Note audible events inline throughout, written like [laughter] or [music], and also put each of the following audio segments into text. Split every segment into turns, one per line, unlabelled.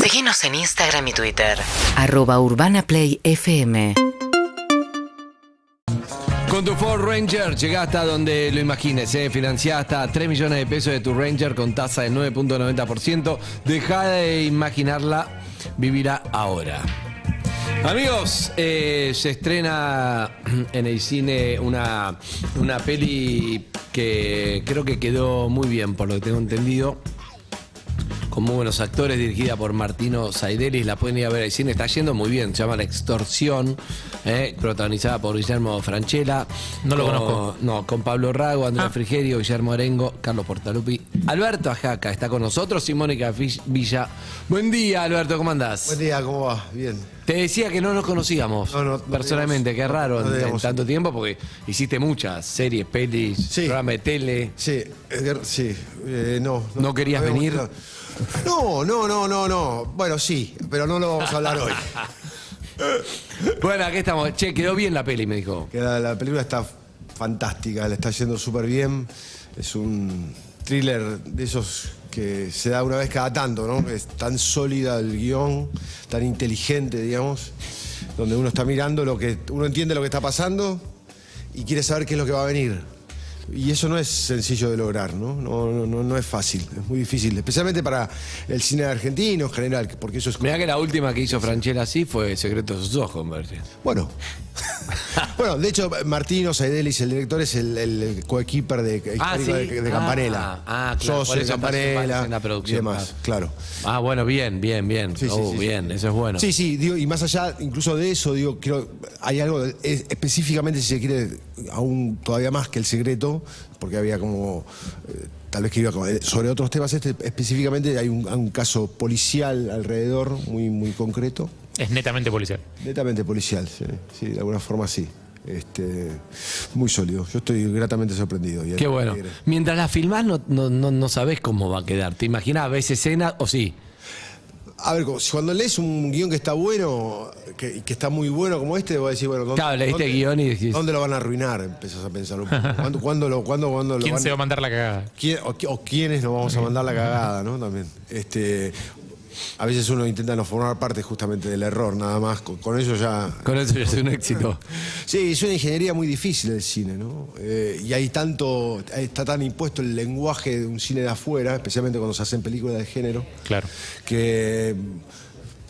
Seguinos en Instagram y Twitter.
Arroba Urbana Play FM.
Con tu Ford Ranger llegaste a donde lo imagines, ¿eh? Financiá hasta 3 millones de pesos de tu Ranger con tasa del 9.90%. Deja de imaginarla, vivirá ahora. Amigos, eh, se estrena [clears throat] en el cine una, una peli que creo que quedó muy bien, por lo que tengo entendido con muy buenos actores, dirigida por Martino Saidelis, la pueden ir a ver al cine, está yendo muy bien, se llama La Extorsión, eh, protagonizada por Guillermo Franchella.
No lo
con-
conozco. Ah.
No, con Pablo Rago, Andrea Frigerio, Guillermo Arengo, Carlos Portalupi, Alberto Ajaca está con nosotros y Mónica Fish- Villa. Buen día, Alberto, ¿cómo andás?
Buen día, ¿cómo va? Bien.
Te decía que no nos conocíamos
No, no, no
personalmente, qué
digamos,
raro
no
en- en,
digamos.
tanto tiempo porque hiciste muchas series, pelis,
Sí.
programas de tele.
Sí, Edgar, sí. eh, no,
¿No querías
habíamos
venir?
quedado. No, no, no, no, no. Bueno, sí, pero no lo vamos a hablar hoy.
Bueno, aquí estamos. Che, quedó bien la peli, me dijo.
Que la, la película está fantástica, la está yendo súper bien. Es un thriller de esos que se da una vez cada tanto, ¿no? Es tan sólida el guión, tan inteligente, digamos, donde uno está mirando lo que. uno entiende lo que está pasando y quiere saber qué es lo que va a venir. Y eso no es sencillo de lograr, ¿no? No, no, no, no es fácil, es muy difícil, especialmente para el cine argentino en general, porque eso es
Mirá que la última que hizo Franchella así fue Secreto de sus ojos, me parece.
Bueno. [laughs] bueno, de hecho, Martino Saidelis, el director, es el, el coequiper de,
Ah,
histórico
sí.
de, de
Ah,
Campanella.
ah, claro, por
Socio de
eso está
Campanella.
en la producción,
y demás, claro.
Ah, bueno, bien, bien, bien.
Sí, sí,
Oh,
sí, sí.
bien, eso es bueno.
Sí, sí, digo, y más allá incluso de eso, digo, creo, hay algo de- es- específicamente, si se quiere, aún todavía más que el secreto, porque había como, eh, tal vez que iba como, eh, sobre otros temas, este específicamente hay un, hay un caso policial alrededor, muy, muy concreto.
Es netamente policial.
Netamente policial, sí, sí, de alguna forma sí. Este, muy sólido. Yo estoy gratamente sorprendido. y
Qué bueno.
alegre.
Mientras la filmás no, no, no, no sabés cómo va a quedar. ¿Te imaginás? ¿Ves escena o sí?
A ver, como- cuando lees un guión que está bueno, que, que está muy bueno como este, voy a decir, bueno, ¿dónde,
Claro, leíste
dónde-
guión y decís-
¿dónde lo van a arruinar? Empezás a pensar un poco. ¿Cuándo, cuándo lo, cuándo, cuándo lo
¿Quién
van
se va a mandar la cagada?
¿Quién- o, qui- o quiénes nos vamos a mandar la cagada, ¿no? También. Este, a veces uno intenta no formar parte justamente del error, nada más. Con, con eso ya.
Con eso ya es un éxito.
Sí, es una ingeniería muy difícil el cine, ¿no? Eh, y hay tanto, está tan impuesto el lenguaje de un cine de afuera, especialmente cuando se hacen películas de género,
Claro.
que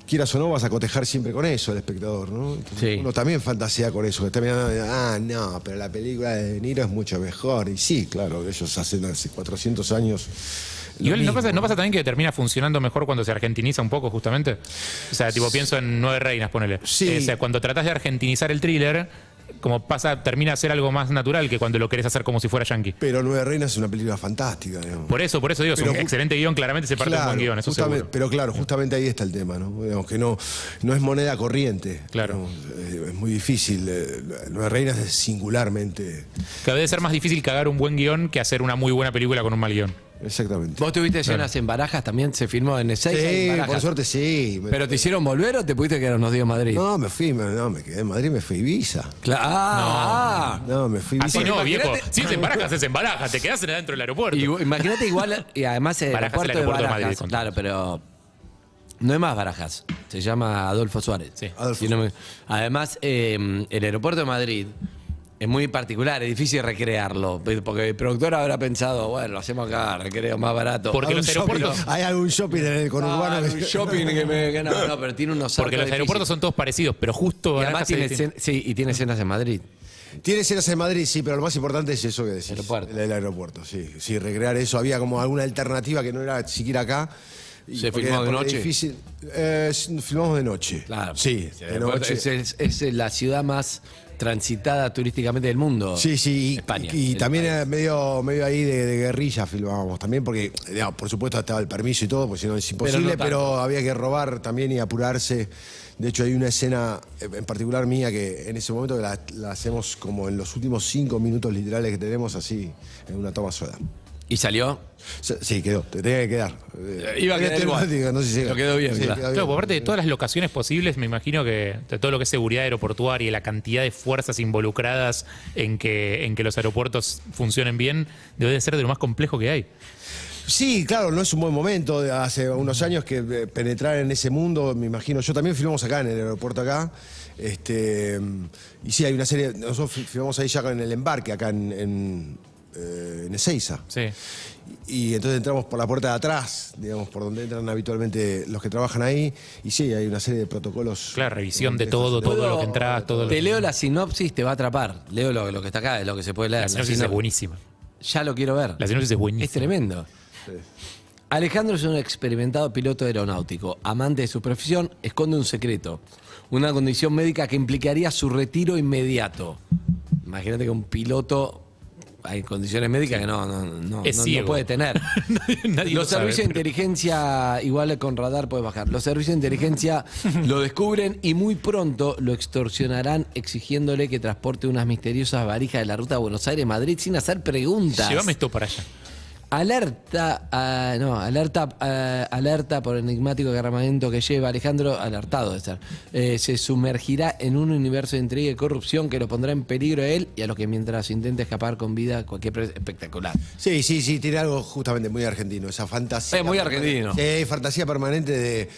quieras o no vas a cotejar siempre con eso al espectador, ¿no? Entonces,
Sí.
Uno también fantasea con eso, que está mirando, ah, no, pero la película de De Niro es mucho mejor. Y sí, claro, ellos hacen hace 400 años. lo
Igual, ¿no
mismo.
pasa, ¿no pasa también que termina funcionando mejor cuando se argentiniza un poco, justamente? O sea, tipo, pienso en Nueve Reinas, ponele.
Sí.
Eh, o sea, cuando tratás de argentinizar el thriller, como pasa, termina a ser algo más natural que cuando lo querés hacer como si fuera yankee.
Pero Nueve Reinas es una película fantástica, digamos.
Por eso, por eso digo, es
Pero
un
ju-
excelente guión, claramente se parte de un
Claro,
buen guión, eso
justamente-
seguro.
Pero claro, justamente ahí está el tema, ¿no? Digamos que no, no es moneda corriente.
Claro.
Digamos, eh, es muy difícil. eh, Nueve Reinas es singularmente.
Que debe ser más difícil cagar un buen guión que hacer una muy buena película con un mal guión.
Exactamente.
¿Vos tuviste escenas en Barajas también? ¿Se filmó en Ezeiza? y en
Sí,
Barajas?
por suerte sí. Me-
¿Pero te hicieron volver o te pudiste quedar unos días en Madrid?
No, me fui, me, no, me quedé en Madrid, me fui a Ibiza.
Claro. Ah,
No, me fui a
Así
Ibiza.
no,
imagínate-
viejo. Si es en barajas, es en barajas. Te quedás adentro del aeropuerto.
Y vos- ah. Imagínate igual, y además eh, el
Barajas, el
aeropuerto, de
aeropuerto de Madrid,
Barajas.
contá.
claro, pero no es más Barajas. Se llama Adolfo Suárez.
Sí.
Adolfo.
Si no me- además, eh, el aeropuerto de Madrid es muy particular, es difícil recrearlo. Porque el productor habrá pensado, bueno, lo hacemos acá, recreo más barato.
Porque
Algún
los
shopping,
aeropuertos-
Hay algún shopping en el conurbano.
Ah,
que-
un shopping que me- que no, no, pero tiene unos
porque los aeropuertos son todos parecidos, pero justo
Y
Barajas
además
se
tiene,
distingue.
escen- sí, y tiene escenas en Madrid.
[laughs] Tiene escenas en Madrid, sí, pero lo más importante es eso que decís.
Aeropuerto.
El, el aeropuerto, sí. Sí, recrear eso. Había como alguna alternativa que no era siquiera acá. Y
¿Se
porque
filmó de
porque
noche?
es difícil. Eh, s- filmamos de noche.
Claro.
Sí,
El
de
aeropuerto
noche.
Es, es- es la ciudad más transitada turísticamente del mundo.
Sí, sí, y-
España.
y, y
El
también
país.
era medio, medio ahí de, de guerrilla filmábamos también, porque digamos, por supuesto estaba el permiso y todo, porque si no es imposible,
tanto.
pero, había que robar también y apurarse. De hecho hay una escena eh, en particular mía que en ese momento que la, la hacemos como en los últimos cinco minutos literales que tenemos, así, en una toma sola.
¿Y salió?
Se- Sí, quedó, te tenía que quedar. Eh,
Iba a quedar
tenía
igual.
temática, no sé si llega.
Lo quedó bien,
Sí,
claro.
quedó
Claro,
bien.
por parte de todas las locaciones posibles, me imagino que de todo lo que es seguridad aeroportuaria y la cantidad de fuerzas involucradas en que, en que los aeropuertos funcionen bien, debe de ser de lo más complejo que hay.
Sí, claro, no es un buen momento. Hace unos años que eh, penetrar en ese mundo, me imagino. Yo también filmamos acá en el aeropuerto acá. Este, y sí, hay una serie. Nosotros fi- filmamos ahí ya en el embarque, acá en, en, eh, en Ezeiza.
Sí.
Y entonces entramos por la puerta de atrás, digamos, por donde entran habitualmente los que trabajan ahí. Y sí, hay una serie de protocolos.
Claro, revisión de todo, todo lo que entras, todo lo
Te
que.
leo la sinopsis, te va a atrapar. Leo lo, lo que está acá, lo que se puede leer.
La sinopsis es buenísima.
Ya lo quiero ver.
La sinopsis es
Es
buenísima.
tremendo. Alejandro es un experimentado piloto aeronáutico, amante de su profesión, esconde un secreto, una condición médica que implicaría su retiro inmediato. Imagínate que un piloto hay condiciones médicas que no, no, no-
Es
no- no
ciego.
puede tener.
[laughs] Nadie- [laughs] nadie
Los
lo sabe,
servicios de
pero-
inteligencia, igual con radar puede bajar. Los servicios de
[laughs]
inteligencia lo descubren y muy pronto lo extorsionarán exigiéndole que transporte unas misteriosas varijas de la ruta Buenos Aires-Madrid sin hacer preguntas.
Llévame esto para allá.
Alerta, ah, no, alerta, ah, alerta por el enigmático cargamento que lleva Alejandro, alertado de estar. Eh, se sumergirá en un universo de intriga y corrupción que lo pondrá en peligro a él y a los que mientras intenta escapar con vida cualquier pre- espectacular.
Sí, sí, sí, tiene algo justamente muy argentino, esa fantasía.
Es muy argentino.
Sí, fantasía permanente de.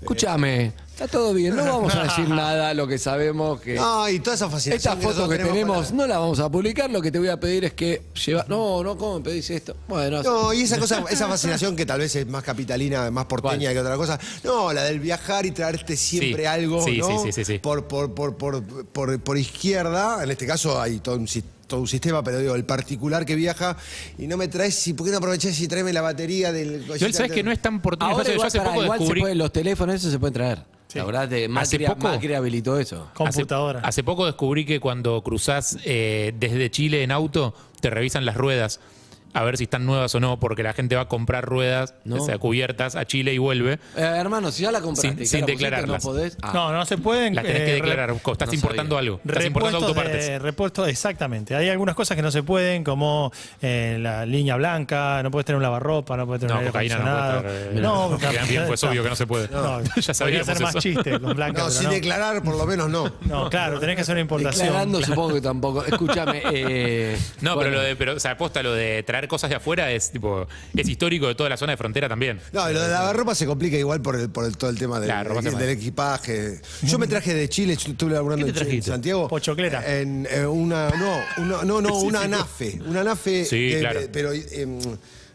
Escúchame, está todo bien, [laughs] no vamos a decir nada, lo que sabemos que
No, y toda esa facilidad.
esta foto que tenemos no la vamos a publicar, lo que te voy a pedir es que lleva, no, no, ¿cómo me pedís esto? Bueno,
No, y esa
[laughs]
cosa, esa fascinación que tal vez es más capitalina, más porteña que otra cosa. No, la del viajar y traerte siempre
Sí,
algo
sí,
¿no?
sí, sí, sí, sí.
Por, por, por, por, por, por izquierda. En este caso hay todo un, sis- todo un sistema, pero digo, el particular que viaja y no me traes, y ¿por qué no aprovechás y traeme la batería del
Igual sabes que no es tan porteño.
Ahora
Yo
igual,
hace
pará,
poco
igual se
descubrí.
pueden- los teléfonos esos se pueden traer. La verdad, de Macri,
Hace poco-
Macri habilitó eso.
Hace-
Computadora.
Hace, poco descubrí que cuando cruzás eh, desde Chile en auto, te revisan las ruedas a ver si están nuevas o no, porque la gente va a comprar ruedas,
No.
o sea, cubiertas a Chile y vuelve.
Eh, hermano, si ya la compraste,
Sin-
y
sin
ya la pusiste,
declararlas.
No podés. Ah,
No, no se pueden.
La tenés
eh,
que
re-
declarar, co- estás
no
importando
sabía.
algo, estás importando
Repuestos,
autopartes.
de- repuestos, exactamente. Hay algunas cosas que no se pueden, como eh, la línea blanca, no puedes tener un lavarropa, no puedes tener un
No,
aire
cocaína no
acondicionado.
puede traer, eh,
No,
bien, bien, pues obvio que no se puede.
[laughs] No,
[laughs] Ya
podría
sabíamos
hacer más
eso.
chiste con blanca.
No,
pero
sin
no.
declarar, por lo menos
[laughs]
no.
No, claro, tenés que hacer una importación.
declarando supongo que tampoco.
[laughs]
Escúchame. eh,
No,
bueno,
pero lo de, pero, o sea, aposta lo de traer cosas de afuera es tipo, es histórico de toda la zona de frontera también.
No, lo de la ropa se complica igual por, el- por el- todo el tema del,
Eh, La ropa se
del
puede.
equipaje. Yo me traje de Chile, yo estuve laburando
¿Qué
en
te
Chile, en
trajiste?
Santiago.
Pochoclera.
En, eh, una, no, una, no, no,
Sí,
una
sí.
nafe. Una nafe,
Sí,
que-
claro.
de- pero em,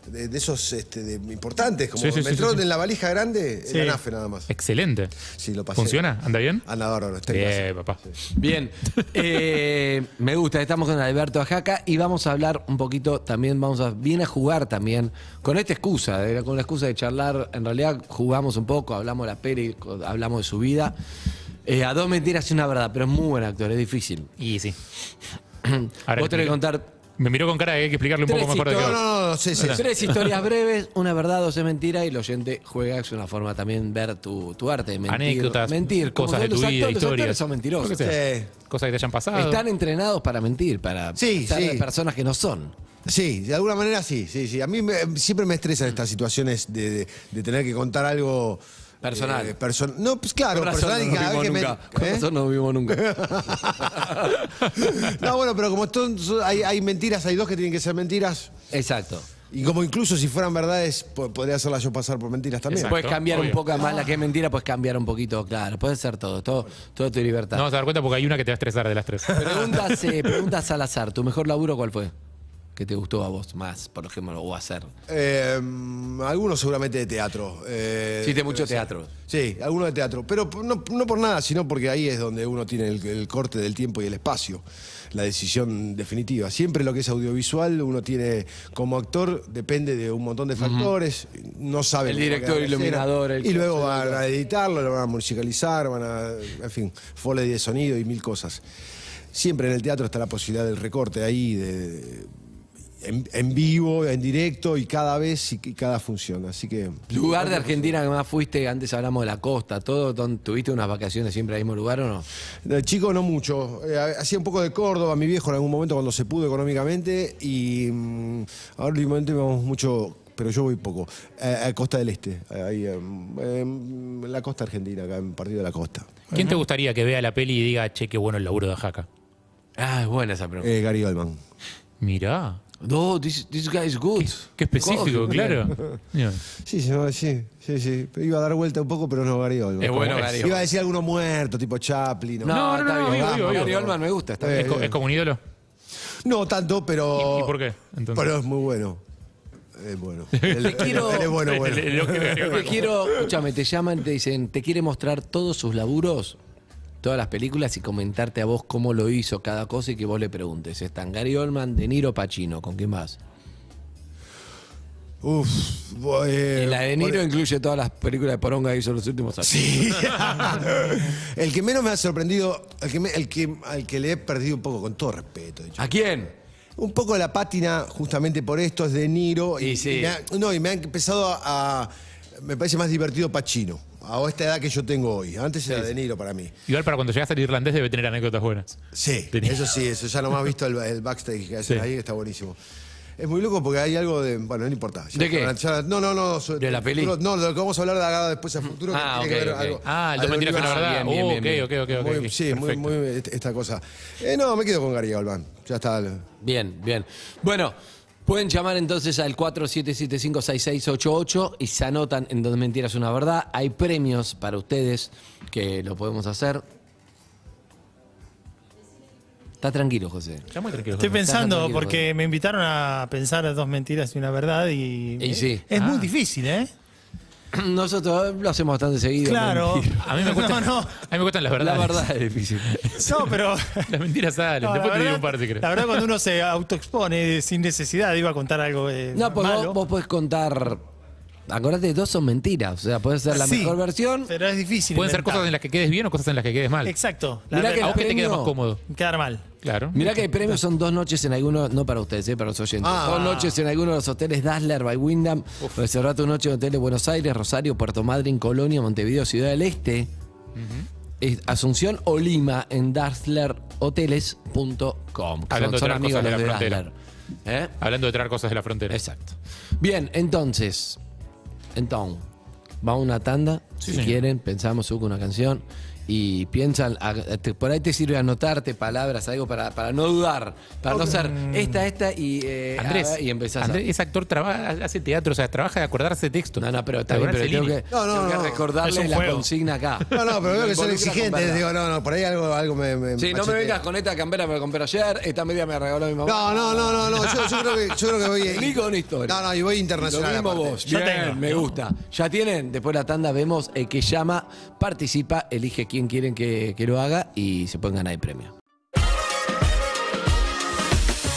de, de esos este, de- importantes, como
Sí, sí,
me
sí,
entró
sí, sí.
en la valija grande,
Sí.
la nafe nada más.
Excelente.
Sí, lo pasé. Ah,
¿Funciona? ¿Anda bien?
Anda, bárbaro, está en
Bien, papá.
Bien. Eh, me gusta, estamos con Alberto Ajaca y vamos a hablar un poquito también, vamos a, viene a jugar también con esta excusa, de- con la excusa de charlar. En realidad jugamos un poco, hablamos de la peli, co- hablamos de su vida. Eh, a dos mentiras y una verdad, pero es muy buen actor, es difícil. [coughs]
Y sí.
Vos tenés que contar
Me miró con cara de que hay que explicarle un poco
Tres
mejor de
casa.
qué
No,
va.
no, no, no, sí, sí.
Tres historias breves, una verdad, dos es mentira y el oyente juega, es una forma también ver tu, tu arte, de mentir,
Anécdotas,
mentir, como
cosas
son
de tu
los
vida,
actores, los actores
historias.
son
Lo
mentirosos.
que sea.
Sí.
Cosas que te hayan pasado.
Están entrenados para mentir, para
Sí,
ser
sí.
de personas que no son.
Sí, de alguna manera sí, sí, sí. A mí me- siempre me
Mm.
estresan estas situaciones de, de- de tener que contar algo
Personal.
eh, person- no, pues claro,
Con razón
personal y
no
cada vez que
vivimos
me-
nunca. Con
¿Eh?
razón no vivimos nunca.
[laughs] no, bueno, pero como son- son- hay, hay mentiras, hay dos que tienen que ser mentiras.
Exacto.
Y como incluso si fueran verdades, po- podría hacerlas yo pasar por mentiras también.
Exacto.
Puedes cambiar
obvio.
un poco más la que es mentira, puedes cambiar un poquito, claro. Puedes ser todo, todo, toda tu libertad.
No vas a dar cuenta porque hay una que te va a estresar de las tres.
[laughs] Preguntas, eh, preguntas al azar. ¿Tu mejor laburo cuál fue? ¿Qué te gustó a vos más, por ejemplo, o hacer?
Eh, algunos seguramente de teatro. eh,
Hiciste mucho
debe ser.
teatro.
Sí, algunos de teatro. Pero p- no, no por nada, sino porque ahí es donde uno tiene el, el corte del tiempo y el espacio, la decisión definitiva. Siempre lo que es audiovisual, uno tiene como actor, depende de un montón de factores, no sabe.
El
cómo
director,
queda la escena,
iluminador, el
Y luego
concepto.
van a editarlo, lo van a musicalizar, van a. En fin, foley de sonido y mil cosas. Siempre en el teatro está la posibilidad del recorte ahí, de, en, en vivo, en directo y cada vez y, y cada función. Así que.
Lugar de Argentina que más fuiste, antes hablamos de la costa, todo, don- ¿tuviste unas vacaciones siempre al mismo lugar o no?
De chico no mucho. Eh, ha- hacía un poco de Córdoba, mi viejo en algún momento cuando se pudo económicamente y mm, ahora últimamente vamos mucho, pero yo voy poco, eh, a Costa del Este, ahí em, em, en la costa argentina, acá en Partido de la Costa.
¿Quién te gustaría que vea la peli y diga, che, qué bueno el laburo de Ajaca?
Ah, es buena esa pregunta.
Eh, Gary Goldman.
Mirá.
No, this, this guy is good.
Qué específico,
Coge, [laughs]
claro. Mira.
Sí, señor, sí, sí, sí. Iba a dar vuelta un poco, pero no, Gary Oldman.
Es bueno, Gary
Iba a decir alguno muerto, tipo Chaplin. o-
No, no, no,
no,
está bien.
vivo, vivo,
Gary
vivo.
Oldman me gusta, está
Eh,
bien.
¿Es, co- es como un ídolo?
No tanto, pero.
¿Y- y por qué, entonces?
Pero es muy bueno. Es
[laughs]
bueno. Él-
Te quiero-
él es bueno, bueno.
El- el- el- el- el-
Te quiero, escúchame, te llaman, te dicen, te quiere mostrar todos sus laburos, todas las películas y comentarte a vos cómo lo hizo cada cosa y que vos le preguntes. Están Gary Oldman, De Niro, Pacino, ¿con quién más?
Uf. bo- eh,
Y la de
por-
Niro incluye todas las películas de Poronga que hizo en los últimos años.
Sí. [laughs] el que menos me ha sorprendido, el que me- el que, al que le he perdido un poco, con todo respeto, de hecho.
¿A quién?
Un poco la pátina, justamente por esto, es de Niro.
Y sí.
me ha- no, y me ha empezado a, a- Me parece más divertido Pachino, a esta edad que yo tengo hoy. Antes era de Niro para mí.
Igual para cuando llegas al irlandés debe tener anécdotas buenas.
Sí,
Tenía-
eso sí, eso ya nomás visto el, el backstage que hacen
Sí.
ahí, está buenísimo. Es muy loco porque hay algo de. Bueno, no importa. Ya-
¿De qué?
ya- no, no, no. sobre-
¿De la peli?
futuro- no, de lo que vamos a hablar de acá después a futuro. que
Ah,
tiene que
ok,
ver
ok.
algo-
Ah, el dos
algo
mentiras que la
universal.
verdad.
bien, bien,
Oh,
bien, bien.
ok, ok, ok,
Muy-
ok.
sí, muy,
Perfecto.
muy est- esta cosa. Eh, no, me quedo con Gary Galván. Ya está.
Bien, bien. Bueno, pueden llamar entonces al 47756688 y se anotan en Dos Mentiras Una Verdad. Hay premios para ustedes que lo podemos hacer. Está tranquilo, José. [clears throat]
Está muy tranquilo.
Estoy pensando,
tranquilo,
porque me invitaron a pensar dos mentiras y una verdad y.
Y sí.
Es
Ah.
muy difícil, ¿eh?
Nosotros lo hacemos bastante seguido.
Claro.
mentira.
A mí me
[laughs] No,
cuestan,
no.
[laughs] a mí me cuestan las
La
verdades.
verdad es [laughs] difícil.
No, pero.
Las mentiras salen.
No,
Después
la
te diré
verdad-
un par si querés.
La verdad, cuando uno se autoexpone eh, sin necesidad, iba a contar algo. eh,
No, pues
malo.
vos, vos podés contar. Acordate, dos son mentiras. O sea, podés hacer la
Sí,
mejor versión.
Pero es difícil.
Pueden ser
inventar.
cosas en las que quedes bien o cosas en las que quedes mal.
Exacto. La
Mirá que
¿A
verdad,
vos qué te queda
premio-
más cómodo?
Quedar mal.
Claro.
Mirá que hay premios son dos noches en alguno, no para ustedes, eh, para los oyentes.
Ah.
Dos noches en alguno de los hoteles Dazzler by Wyndham. Reservate una noche en hoteles Buenos Aires, Rosario, Puerto Madryn, Colonia, Montevideo, Ciudad del Este, Es Asunción o Lima en dazzlerhoteles.com. que
Hablando de
Son, son
otras
amigos
cosas de
los de
la frontera.
Dazzler. ¿Eh?
Hablando de traer cosas de la frontera.
Exacto. Bien, entonces. Entonces, vamos a una tanda. si
Sí, señor.
quieren, pensamos suco una canción. Y piensan, a- te- por ahí te sirve anotarte palabras, algo para, para no dudar, para no ser esta, esta y, eh,
Andrés,
a- y empezás a-
Andrés, ese actor trabaja, hace teatro, o sea, trabaja de acordarse de textos.
No, no, pero está bien, pero
Acordarse
tengo que,
líneas.
No, no,
tengo que
no.
Es
recordarle
un
la
juego.
consigna acá.
No, no, pero veo que son
Involucra con
exigentes.
verdad.
Digo, no, no, por ahí algo, algo me. me
Sí, no me
machetea.
vengas con esta campera, me la compré ayer, esta media me regaló mi mamá.
No, no, no, no, no. Yo, yo creo que, yo creo que voy.
Ni con historia.
No, no, y voy internacional.
Lo mismo
aparte.
vos.
Yo
Bien,
tengo.
me gusta. Ya tienen, después de la tanda vemos el que llama, participa, elige quién quieren que, que lo haga y se pueden ganar el premio.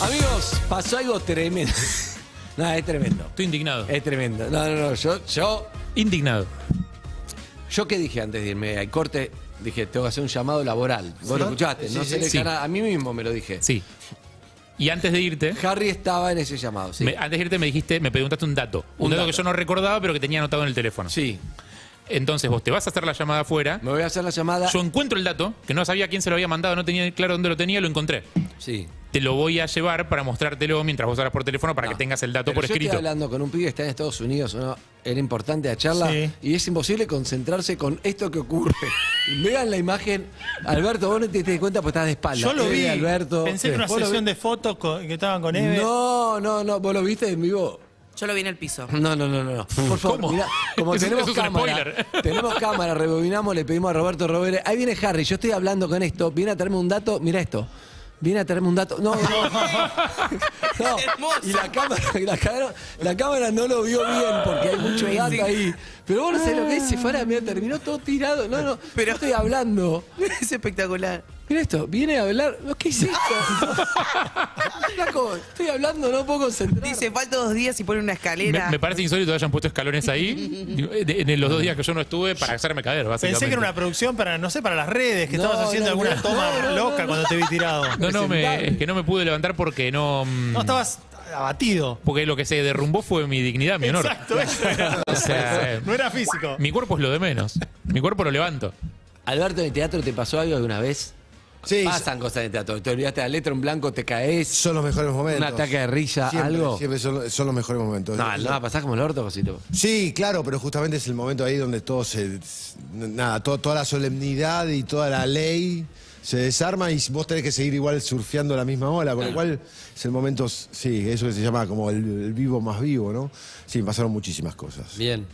Amigos, pasó algo tremendo. [laughs] Nada, es tremendo.
Estoy indignado.
Es tremendo. No, no, no. Yo, yo,
Indignado.
yo qué dije antes de irme al corte, dije, tengo que hacer un llamado laboral. Vos lo escuchaste, no se le
sí.
gana- A mí mismo me lo dije.
Sí. Y antes de irte,
Harry estaba en ese llamado, sí.
me- antes de irte me dijiste, me preguntaste un dato. Un,
Un
dato, que
dato.
yo no recordaba, pero que tenía anotado en el teléfono.
Sí.
Entonces vos te vas a hacer la llamada afuera.
Me voy a hacer la llamada.
Yo encuentro el dato, que no sabía quién se lo había mandado, no tenía claro dónde lo tenía, lo encontré.
Sí.
Te lo voy a llevar para mostrártelo mientras vos hablas por teléfono para que tengas el dato
Pero
por
yo
escrito.
Estoy hablando con un pibe que está en Estados Unidos, ¿no? era importante la charla
Sí.
y es imposible concentrarse con esto que ocurre. Vean la imagen, Alberto, vos no te das cuenta porque estás de espalda.
Yo lo
Eh,
vi.
Alberto. Sí.
Pensé que era una
¿Vos lo
sesión
vi-
de fotos con- que estaban con Eve.
No, no, no, vos lo viste en vivo.
Yo lo vi en el piso.
No, no, no, no, no. Por favor,
¿Cómo?
mirá, como
Eso-
tenemos
eso es un
cámara,
spoiler.
[laughs] tenemos cámara, rebobinamos, le pedimos a Roberto Robert, ahí viene Harry, yo estoy hablando con esto, viene a traerme un dato, mira esto. Viene a traerme un dato. No, no. No, Y la cámara, la, cámara, la cámara no lo vio bien porque hay mucho dato ahí. Pero vos no sabés lo que es, si fuera, mira, terminó todo tirado. No, no, pero estoy hablando.
[laughs] Es espectacular.
Mira esto, viene a hablar. No, ¿Qué es esto? Flaco, estoy hablando, no puedo concentrar.
Dice, falta dos días y pone una
Me,
escalera.
me parece insólito que hayan puesto escalones
[laughs]
ahí de- en los dos días que yo no estuve para hacerme caer, básicamente.
Pensé que era una producción para, no sé, para las redes, que
No,
estabas haciendo
no,
alguna
no,
toma
no, no,
loca
no.
cuando te vi tirado.
No, no, me, es que no me pude levantar porque no. mm,
No, estabas abatido.
Porque lo que se derrumbó fue mi dignidad, mi honor.
Exacto, eso era.
[laughs] O sea, eh,
No era físico.
mi cuerpo es lo de menos. Mi cuerpo lo levanto.
Alberto, ¿en el teatro te pasó algo alguna vez?
Sí,
Pasan cosas en el teatro. Te olvidaste la letra en blanco, te caes.
son los mejores momentos.
ataque de risa,
Siempre,
algo.
Siempre son, son los mejores momentos.
No,
Yo-
no, va a pasar como el orto, cosito.
Sí, claro, pero justamente es el momento ahí donde todo se. Nada, to- toda la solemnidad y toda la ley se desarma y vos tenés que seguir igual surfeando la misma ola, con lo cual es el momento, sí, eso que se llama como el, el vivo más vivo, ¿no? Sí, pasaron muchísimas cosas.
Bien.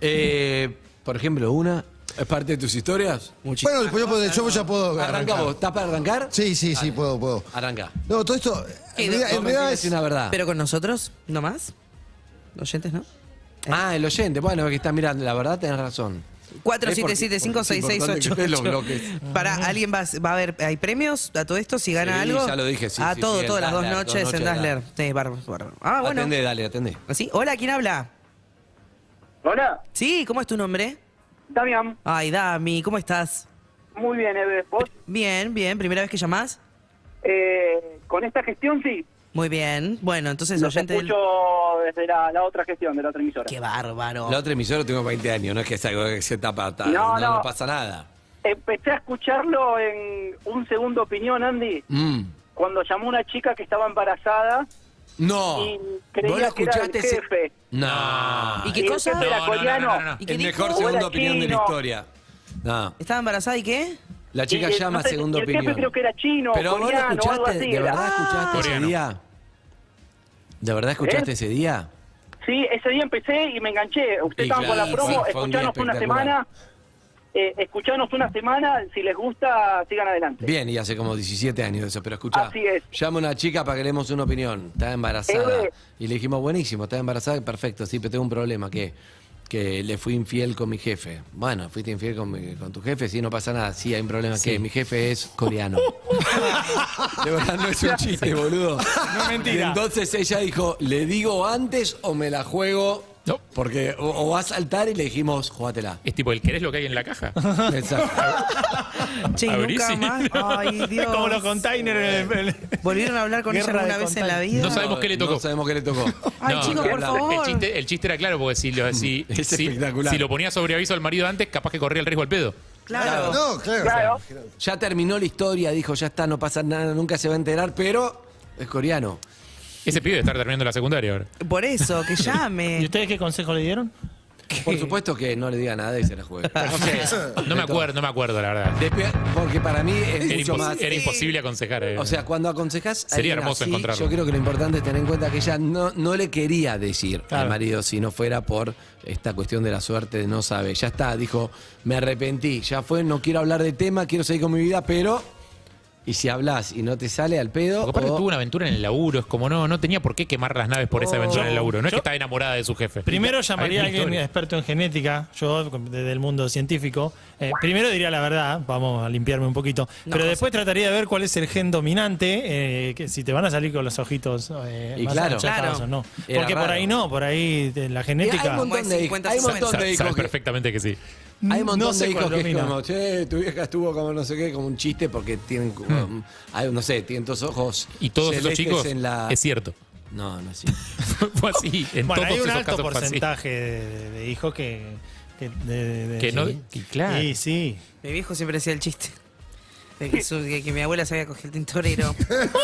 Eh, por ejemplo, una. ¿Es parte de tus historias? Muchísimas.
Bueno, pues yo, puedo- yo ya puedo
Arranca
arrancar.
vos. ¿Estás para arrancar?
Sí, sí, sí, puedo, puedo.
Arranca.
No, todo esto,
Sí,
en
no-
realidad,
No
en
me
realidad
digas
es-
una
Ah.
verdad.
Pero con nosotros, no más. Oyentes, ¿no?
Ah, el oyente. Bueno, que está mirando. La verdad, tenés razón. Es porque- porque es importante que
47756688.
estés los bloques.
Para alguien va, va a haber, hay premios a todo esto si gana
Sí,
algo.
ya lo dije, sí,
A
sí,
todo,
sí, en
todas las dos
Dazzler,
noches
dos
en
noches,
Dazzler. Sí, bárbaro, bárbaro. Ah, bueno.
Atendé, dale, atendé.
¿Sí? Hola, ¿quién habla?
Hola,
Sí, ¿cómo es tu nombre?
Damián.
Ay, Dami, ¿cómo estás?
Muy bien, Eve. ¿Vos?
Bien, bien, primera vez que llamás.
Eh, con esta gestión sí.
Muy bien. Bueno, entonces
Los
oyente del-
escucho desde la, la otra gestión, de la otra emisora.
Qué bárbaro.
La otra emisora tengo 20 años, no es que es algo que se tapa, ta-
No, no.
pasa nada.
Empecé a escucharlo en un segundo opinión, Andy,
Mm.
cuando llamó una chica que estaba embarazada
No.
Oh.
y creía que era el
ese-
jefe.
No.
¿Y qué
el
cosa?
jefe era
No, no, no,
coreano.
no, no, no.
¿Y qué
El
dijo?
mejor
Hola,
segunda opinión de la
chino.
historia. No.
¿Estaba embarazada y qué?
La chica
Y, eh,
llama
no sé,
segunda
el
opinión.
jefe creo que era chino,
Pero vos lo
coreano,
escuchaste,
algo así
¿de
era.
verdad escuchaste ese
Coreano.
día? ¿De verdad escuchaste
¿Eh?
ese día?
Sí, ese día empecé y me enganché. Usted
Y
estaba
claro,
con la promo,
fue- fue un día
escuchanos una
espectacular.
semana. Eh, escuchanos una semana, si les gusta, sigan adelante.
Bien, y hace como 17 años de eso, pero escuchá.
Así es.
Llama a una chica para que le demos una opinión. Está embarazada.
Eh.
Y le dijimos, buenísimo, está embarazada, perfecto. Sí, pero tengo un problema, que Que le fui infiel con mi jefe. Bueno, fuiste infiel con, mi- con tu jefe, sí, no pasa nada. Sí, hay un problema, que mi jefe es
[laughs]
coreano. De verdad, no es un chiste, boludo.
No es mentira.
Y entonces ella dijo, ¿le digo antes o me la juego?
No.
Porque o, o va a saltar y le dijimos,
[laughs]
jugátela.
Es tipo, el querés lo que hay en la caja.
Exacto.
Che, y
Abrí,
nunca
sí. [laughs]
más. Ay, Dios.
Como los containers. en el- en el-
¿Volvieron a hablar con
Guerra
ella
de
alguna vez en la
containers.
vida?
No sabemos qué le tocó.
No sabemos qué le tocó.
Ay,
No,
chicos, por
la-
favor.
El chiste, el chiste era claro, porque si lo, si,
[laughs] Es
si-
espectacular.
si lo ponía sobre aviso al marido antes, capaz que corría el riesgo al pedo.
Claro.
No, claro.
Claro.
Ya terminó la historia, dijo, ya está, no pasa nada, nunca se va a enterar, pero es coreano.
Ese pibe debe estar terminando la secundaria ahora.
Por eso, que
¿Y
llame.
ustedes qué consejo le dieron?
Por supuesto que no le diga nada y se la
[laughs]
juegue.
No me acuerdo, no me acuerdo, la verdad.
[laughs] Después- porque para mí Ah, es
Era,
mucho
impos-
más.
era imposible aconsejar. eh.
O sea, cuando aconsejas a
Sería
alguien
hermoso
así,
encontrarlo.
Yo creo que lo importante es tener en cuenta que ella no, no le quería decir al
Claro.
marido si no fuera por esta cuestión de la suerte de no sabe. Ya está, dijo, me arrepentí, ya fue, no quiero hablar de tema, quiero seguir con mi vida, pero. Y si hablas y no te sale al pedo.
Porque
o-
aparte
Eh, Oh.
tuvo una aventura en el laburo, es como no, no tenía por qué quemar las naves por esa aventura en el laburo. No es que
Yo-
estaba enamorada de su jefe.
Primero
Hay
llamaría a
una
alguien
historia.
experto en genética, yo desde el mundo científico. Eh, primero diría la verdad, vamos a limpiarme un poquito. pero después trataría de ver cuál es el gen dominante, eh, que si te van a salir con los ojitos eh,
Y
más
claro.
achatados
Claro.
o no.
Era
Porque por
raro.
ahí no, por ahí eh, la
Eh, Hay
genética.
un montón de, hijos- hay un montón de
Sa-
hijos
Sabes
que-
perfectamente que sí.
Hay un montón
No sé
de hijos
cuál
que es
domina.
como, che, tu vieja estuvo como no sé qué, como un chiste porque tienen, como, hay, no sé, tienen dos ojos.
Y todos esos
celestes
chicos,
en la...
es cierto. [laughs]
No, no es cierto.
fue así. En
Bueno,
todos
hay un
esos
alto
casos fue así.
porcentaje de, de hijos que. Que, de- de-
Que no-
sí.
que claro.
Sí, sí.
Mi viejo siempre hacía el chiste. De que, su- de que mi abuela se había cogido
[laughs]
el tintorero.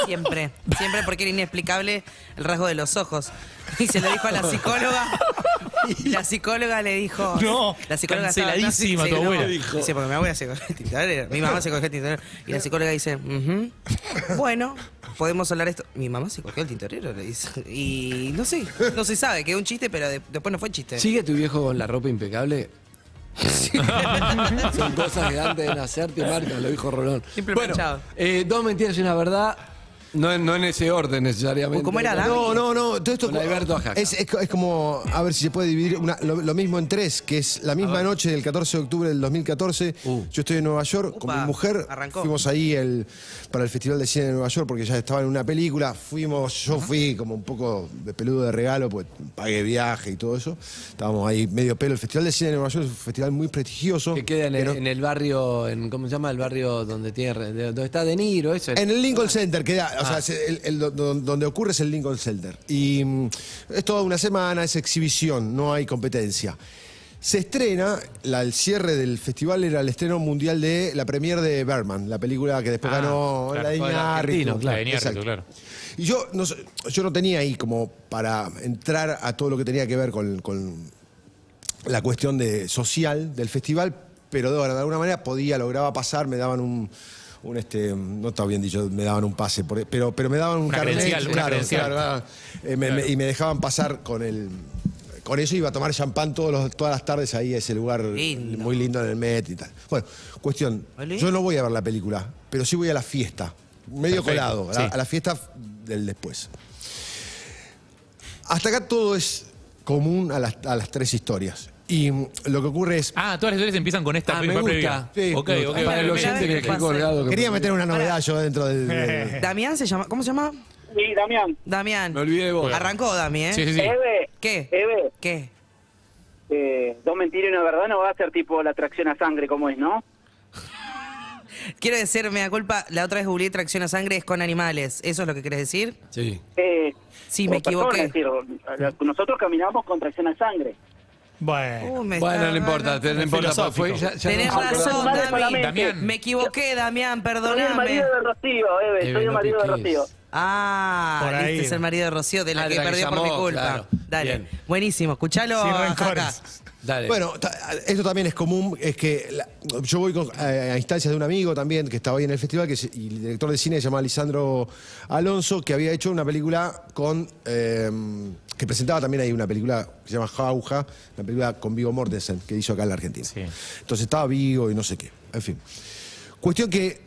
Siempre. Siempre porque era inexplicable el rasgo de los ojos. Y se lo dijo a la psicóloga. La psicóloga le dijo.
No,
la psicóloga estaba-
canceladísima tu abuela.
Dice, porque mi abuela se cogió el tintorero. Mi mamá se cogió el tintorero. Y la psicóloga dice, "Ujú, bueno, podemos hablar esto. Mi mamá se cogió el tintorero, le dice. Y no sé, no se sabe, quedó un chiste, pero de- después no fue chiste.
¿Sigue tu viejo con la ropa impecable? Son cosas que antes de nacer te marcan, lo dijo Rolón.
Siempre
bueno,
manchado.
eh, dos mentiras y una verdad, no, en- no en ese orden necesariamente.
¿Cómo era, Dami?
No, no, no. Todo esto
Con Alberto Ajaca.
es, es, co- es como, a ver si se puede dividir una- lo, lo mismo en tres, que es la misma noche del 14 de octubre del 2014.
Uh.
Yo estoy en Nueva York con
Upa,
mi mujer.
arrancó.
Fuimos ahí el- para el Festival de Cine de Nueva York porque ya estaba en una película. Fuimos, yo fui como un poco de peludo de regalo, pues pagué viaje y todo eso. Estábamos ahí medio pelo. El Festival de Cine de Nueva York es un festival muy prestigioso.
Que queda en el,
no-
en el barrio, en, ¿cómo se llama? El barrio donde tiene, re- de- donde está De Niro, eso.
En el
Ah.
Lincoln Center, que da- o sea, es el- el do- do- donde ocurre es el Lincoln Center. Y mm, es toda una semana, es exhibición, no hay competencia. Se estrena, la- el cierre del festival era el estreno mundial de la premier de Berman, la película que después
Ah,
ganó
claro,
la
con el
Iñárritu.
argentino,
La venía
Exacto.
Rito, claro.
Y yo no, sé, yo no tenía ahí como para entrar a todo lo que tenía que ver con, con la cuestión de, social del festival, pero de, de alguna manera podía, lograba pasar, me daban un, un este, no está bien dicho, me daban un pase, por- pero, pero me daban un
Una
carnet,
credencial, una
claro,
credencial.
claro, daban- eh, me- me- y me dejaban pasar con el... Con eso iba a tomar champán todos los- todas las tardes ahí, ese lugar
Lindo.
muy lindo en el Met y tal. Bueno, cuestión,
¿Oli?
yo no voy a ver la película, pero sí voy a la fiesta, medio
Perfecto,
colado, a la-
sí.
a la fiesta del después. Hasta acá todo es común a las, a las tres historias. Y mm, lo que ocurre es.
Ah, todas las historias empiezan con esta
Ah,
película
me
previa.
gusta.
Sí,
Ok,
me
ok,
gusta.
ok,
Para el
ok.
oyente que
Pase.
quedó colgado. que-
Quería meter una novedad yo dentro del. del-
Damián se llama. ¿Cómo se llama?
Y Damián,
Damián.
Me olvidé de vos.
Arrancó Dami, ¿eh?
Sí, sí, sí.
Eve,
¿Qué?
Eve,
¿Qué?
eh, dos mentiras y una verdad no va a ser tipo la atracción a sangre como es, ¿no?
Quiero decir, me da culpa, la otra vez googleé tracción a sangre es con animales. ¿Eso es lo que querés decir?
Sí.
Eh,
Sí, me
o personas,
equivoqué.
es decir, nosotros caminamos con tracción a sangre.
Bueno.
Uh, me
Bueno,
está-
no importa, te- no importa. pues Fue,
Filosófico.
ya, ya
Tenés
no-
razón,
Vale,
Dami.
solamente.
Damián.
Me equivoqué, Damián,
Soy el
perdoname.
marido de Rocío, Eve,
Eve,
soy el
no
marido de
piques.
Rocío.
Ah,
Por ahí.
este es el marido de Rocío, de la
Ah, de
que
la que
perdió por mi
llamó,
culpa.
claro.
Dale,
Bien.
buenísimo. Escuchalo
Sin
a
rencores.
Jaca.
Dale.
Bueno, ta- esto también es común, es que la- yo voy con- a, a instancias de un amigo también que estaba ahí en el festival, que es- y el director de cine se llama Lisandro Alonso, que había hecho una película con. eh, que presentaba también ahí una película que se llama Jauja, una película con Vigo Mortensen, que hizo acá en la Argentina.
Sí.
Entonces estaba Vigo y no sé qué. En fin. Cuestión que.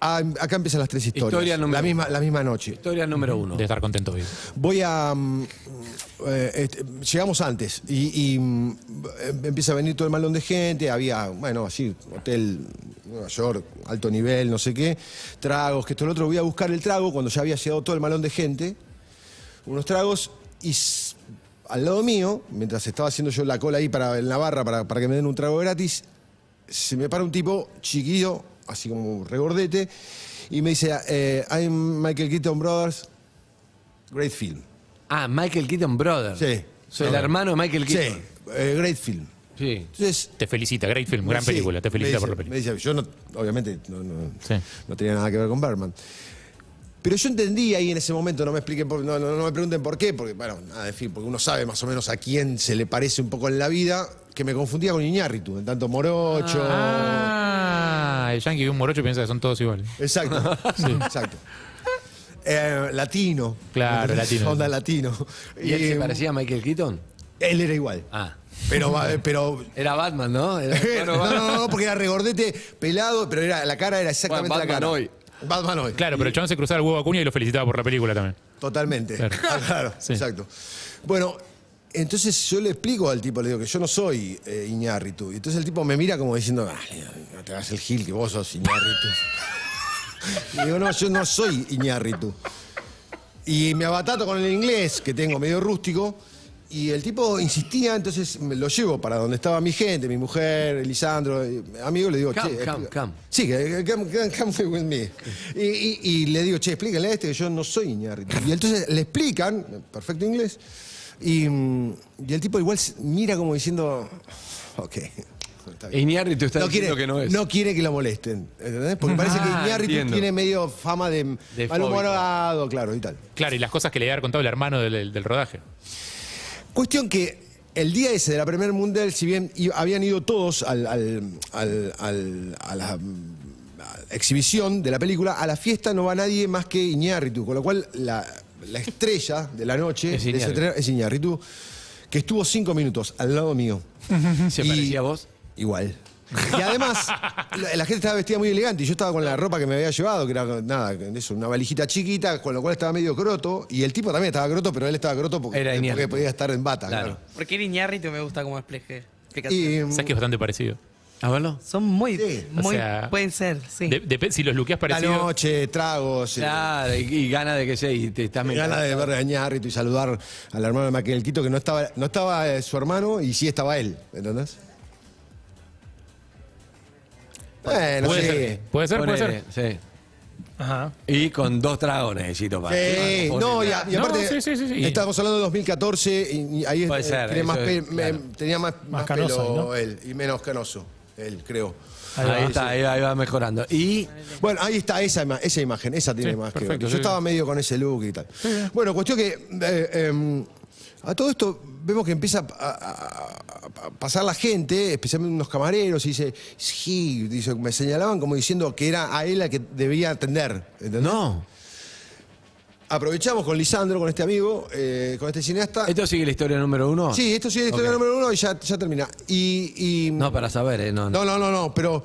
ah, acá empiezan las tres historias.
Historia número
la, misma, la misma noche.
Historia número uno.
De estar contento, vivo.
Voy a. mm, eh, este, llegamos antes y, y, mm, em- empieza a venir todo el malón de gente. Había, bueno, así, hotel Nueva York, alto nivel, no sé qué. Tragos, que esto, lo otro. Voy a buscar el trago cuando ya había llegado todo el malón de gente. Unos tragos y s- al lado mío, mientras estaba haciendo yo la cola ahí para, en la barra para, para que me den un trago gratis, se me para un tipo chiquillo, así como regordete, y me dice: eh, I'm Michael Keaton Brothers, great film.
Ah, Michael Keaton Brother.
Sí.
Soy el hermano de Michael
Sí,
Keaton.
eh, great film.
Sí.
Entonces.
Te felicita, great film, gran
sí,
película. Te
me
felicita
dice-
por la película.
me dice, yo no, obviamente no, no-
Sí.
no tenía nada que ver con Berman. Pero yo entendí ahí en ese momento, no me expliquen, por- no, no- no me pregunten por qué, porque, bueno, nada, en fin, porque uno sabe más o menos a quién se le parece un poco en la vida, que me confundía con Iñárritu, en tanto morocho.
Ah, el yankee ve un morocho y piensa que son todos iguales.
[laughs]
Exacto, sí, exacto. Eh, latino.
Claro,
¿entendés?
latino.
Onda latino.
¿Y él se
eh,
parecía a Michael Keaton?
Él era igual.
Ah.
Pero,
[laughs]
va- pero
Era Batman, ¿no? Era-
no, no, no, porque era regordete, pelado, pero era, la cara era exactamente
Bueno, Batman
la cara.
hoy.
Batman hoy.
Claro, pero el chabón se cruzaba el huevo a cuña y lo felicitaba por la película también.
Totalmente. Ah,
Claro.
Claro,
Sí.
exacto. Bueno, entonces yo le explico al tipo, le digo que yo no soy eh, Iñárritu. Y entonces el tipo me mira como diciendo, "Dale, no te hagas el gil que vos sos Iñárritu. [laughs] y digo, no, yo no soy Iñárritu. Y me abatato con el inglés que tengo medio rústico. Y el tipo insistía, entonces me lo llevo para donde estaba mi gente, mi mujer, Lisandro, y- amigo, le digo,
Come,
che,
come,
explica-
come.
Sí, que- que- come, come, come with me. Y, y- y le digo, che, explíquenle a este que yo no soy Iñárritu. Y entonces le explican, en perfecto inglés, y, mm, y el tipo igual se- mira como diciendo, ok. [laughs] está bien".
Iñárritu está
No quiere,
diciendo que no es.
quiere que lo molesten, ¿entendés? Porque parece que
Ah,
Iñárritu
entiendo.
tiene medio fama de,
De
malhumorado, claro, y tal.
Claro, y las cosas que le había contado el hermano del, del rodaje.
Cuestión que el día ese de la Premier Mundial, si bien i- habían ido todos al- al- al- al- a la mm, a la exhibición de la película, a la fiesta no va nadie más que Iñárritu, con lo cual la, la estrella de la noche
Es
de ese
Iñárritu.
tren es Iñárritu, que estuvo cinco minutos al lado mío.
¿Se
Y-
parecía a vos?
Igual. Y además, la, la gente estaba vestida muy elegante y yo estaba con la ropa que me había llevado, que era nada, eso, una valijita chiquita, con lo cual estaba medio croto. Y el tipo también estaba croto, pero él estaba croto porque,
Era
porque
Iñárritu.
podía estar en bata.
Claro.
Claro.
¿Por qué Iñárritu me gusta como explique?
Y, mm,
¿Sabes que es bastante parecido?
A verlo.
Son muy,
Sí.
O
muy
sea,
pueden ser, sí.
De- depe- si los luqueas
la
parecido.
noche, tragos, eh,
Claro, y, y gana de que sea y te estás
me ganas de ver a Iñárritu y saludar al hermano de Maquel Quito, que no estaba, no estaba eh, su hermano y sí estaba él, ¿entendés? Bueno,
Puede
sí.
ser, puede ser, puede ser.
Ponele, Sí.
Ajá.
Y con dos tragos necesito
Ah,
para.
Sí,
para-
no, y, a- y
No,
aparte,
sí, sí, sí, sí.
estamos hablando de 2014, y, y ahí es- eh,
Puede ser,
tiene más
eso
pe-
es,
me-
claro.
tenía más, más,
canoso,
pelo
¿no?
él y menos canoso, él, creo.
Ahí, está, ahí va, ahí va mejorando. Y
Bueno, ahí está esa, ima- esa imagen, esa tiene
Sí,
más que ver.
perfecto,
Yo
sí,
estaba
sí.
medio con ese look y tal. Bueno, cuestión que eh, em, A todo esto vemos que empieza a, a- a- a pasar la gente, especialmente unos camareros, y dice, sí, dice, me señalaban como diciendo que era a él la que debía atender. ¿entendés?
No.
Aprovechamos con Lisandro, con este amigo, eh, con este cineasta.
¿Esto sigue la historia número uno?
Sí, esto sí este es la historia
Ok.
número uno y ya, ya termina. Y, y-
No, para saber, ¿eh? No, no.
no, no, no, no, pero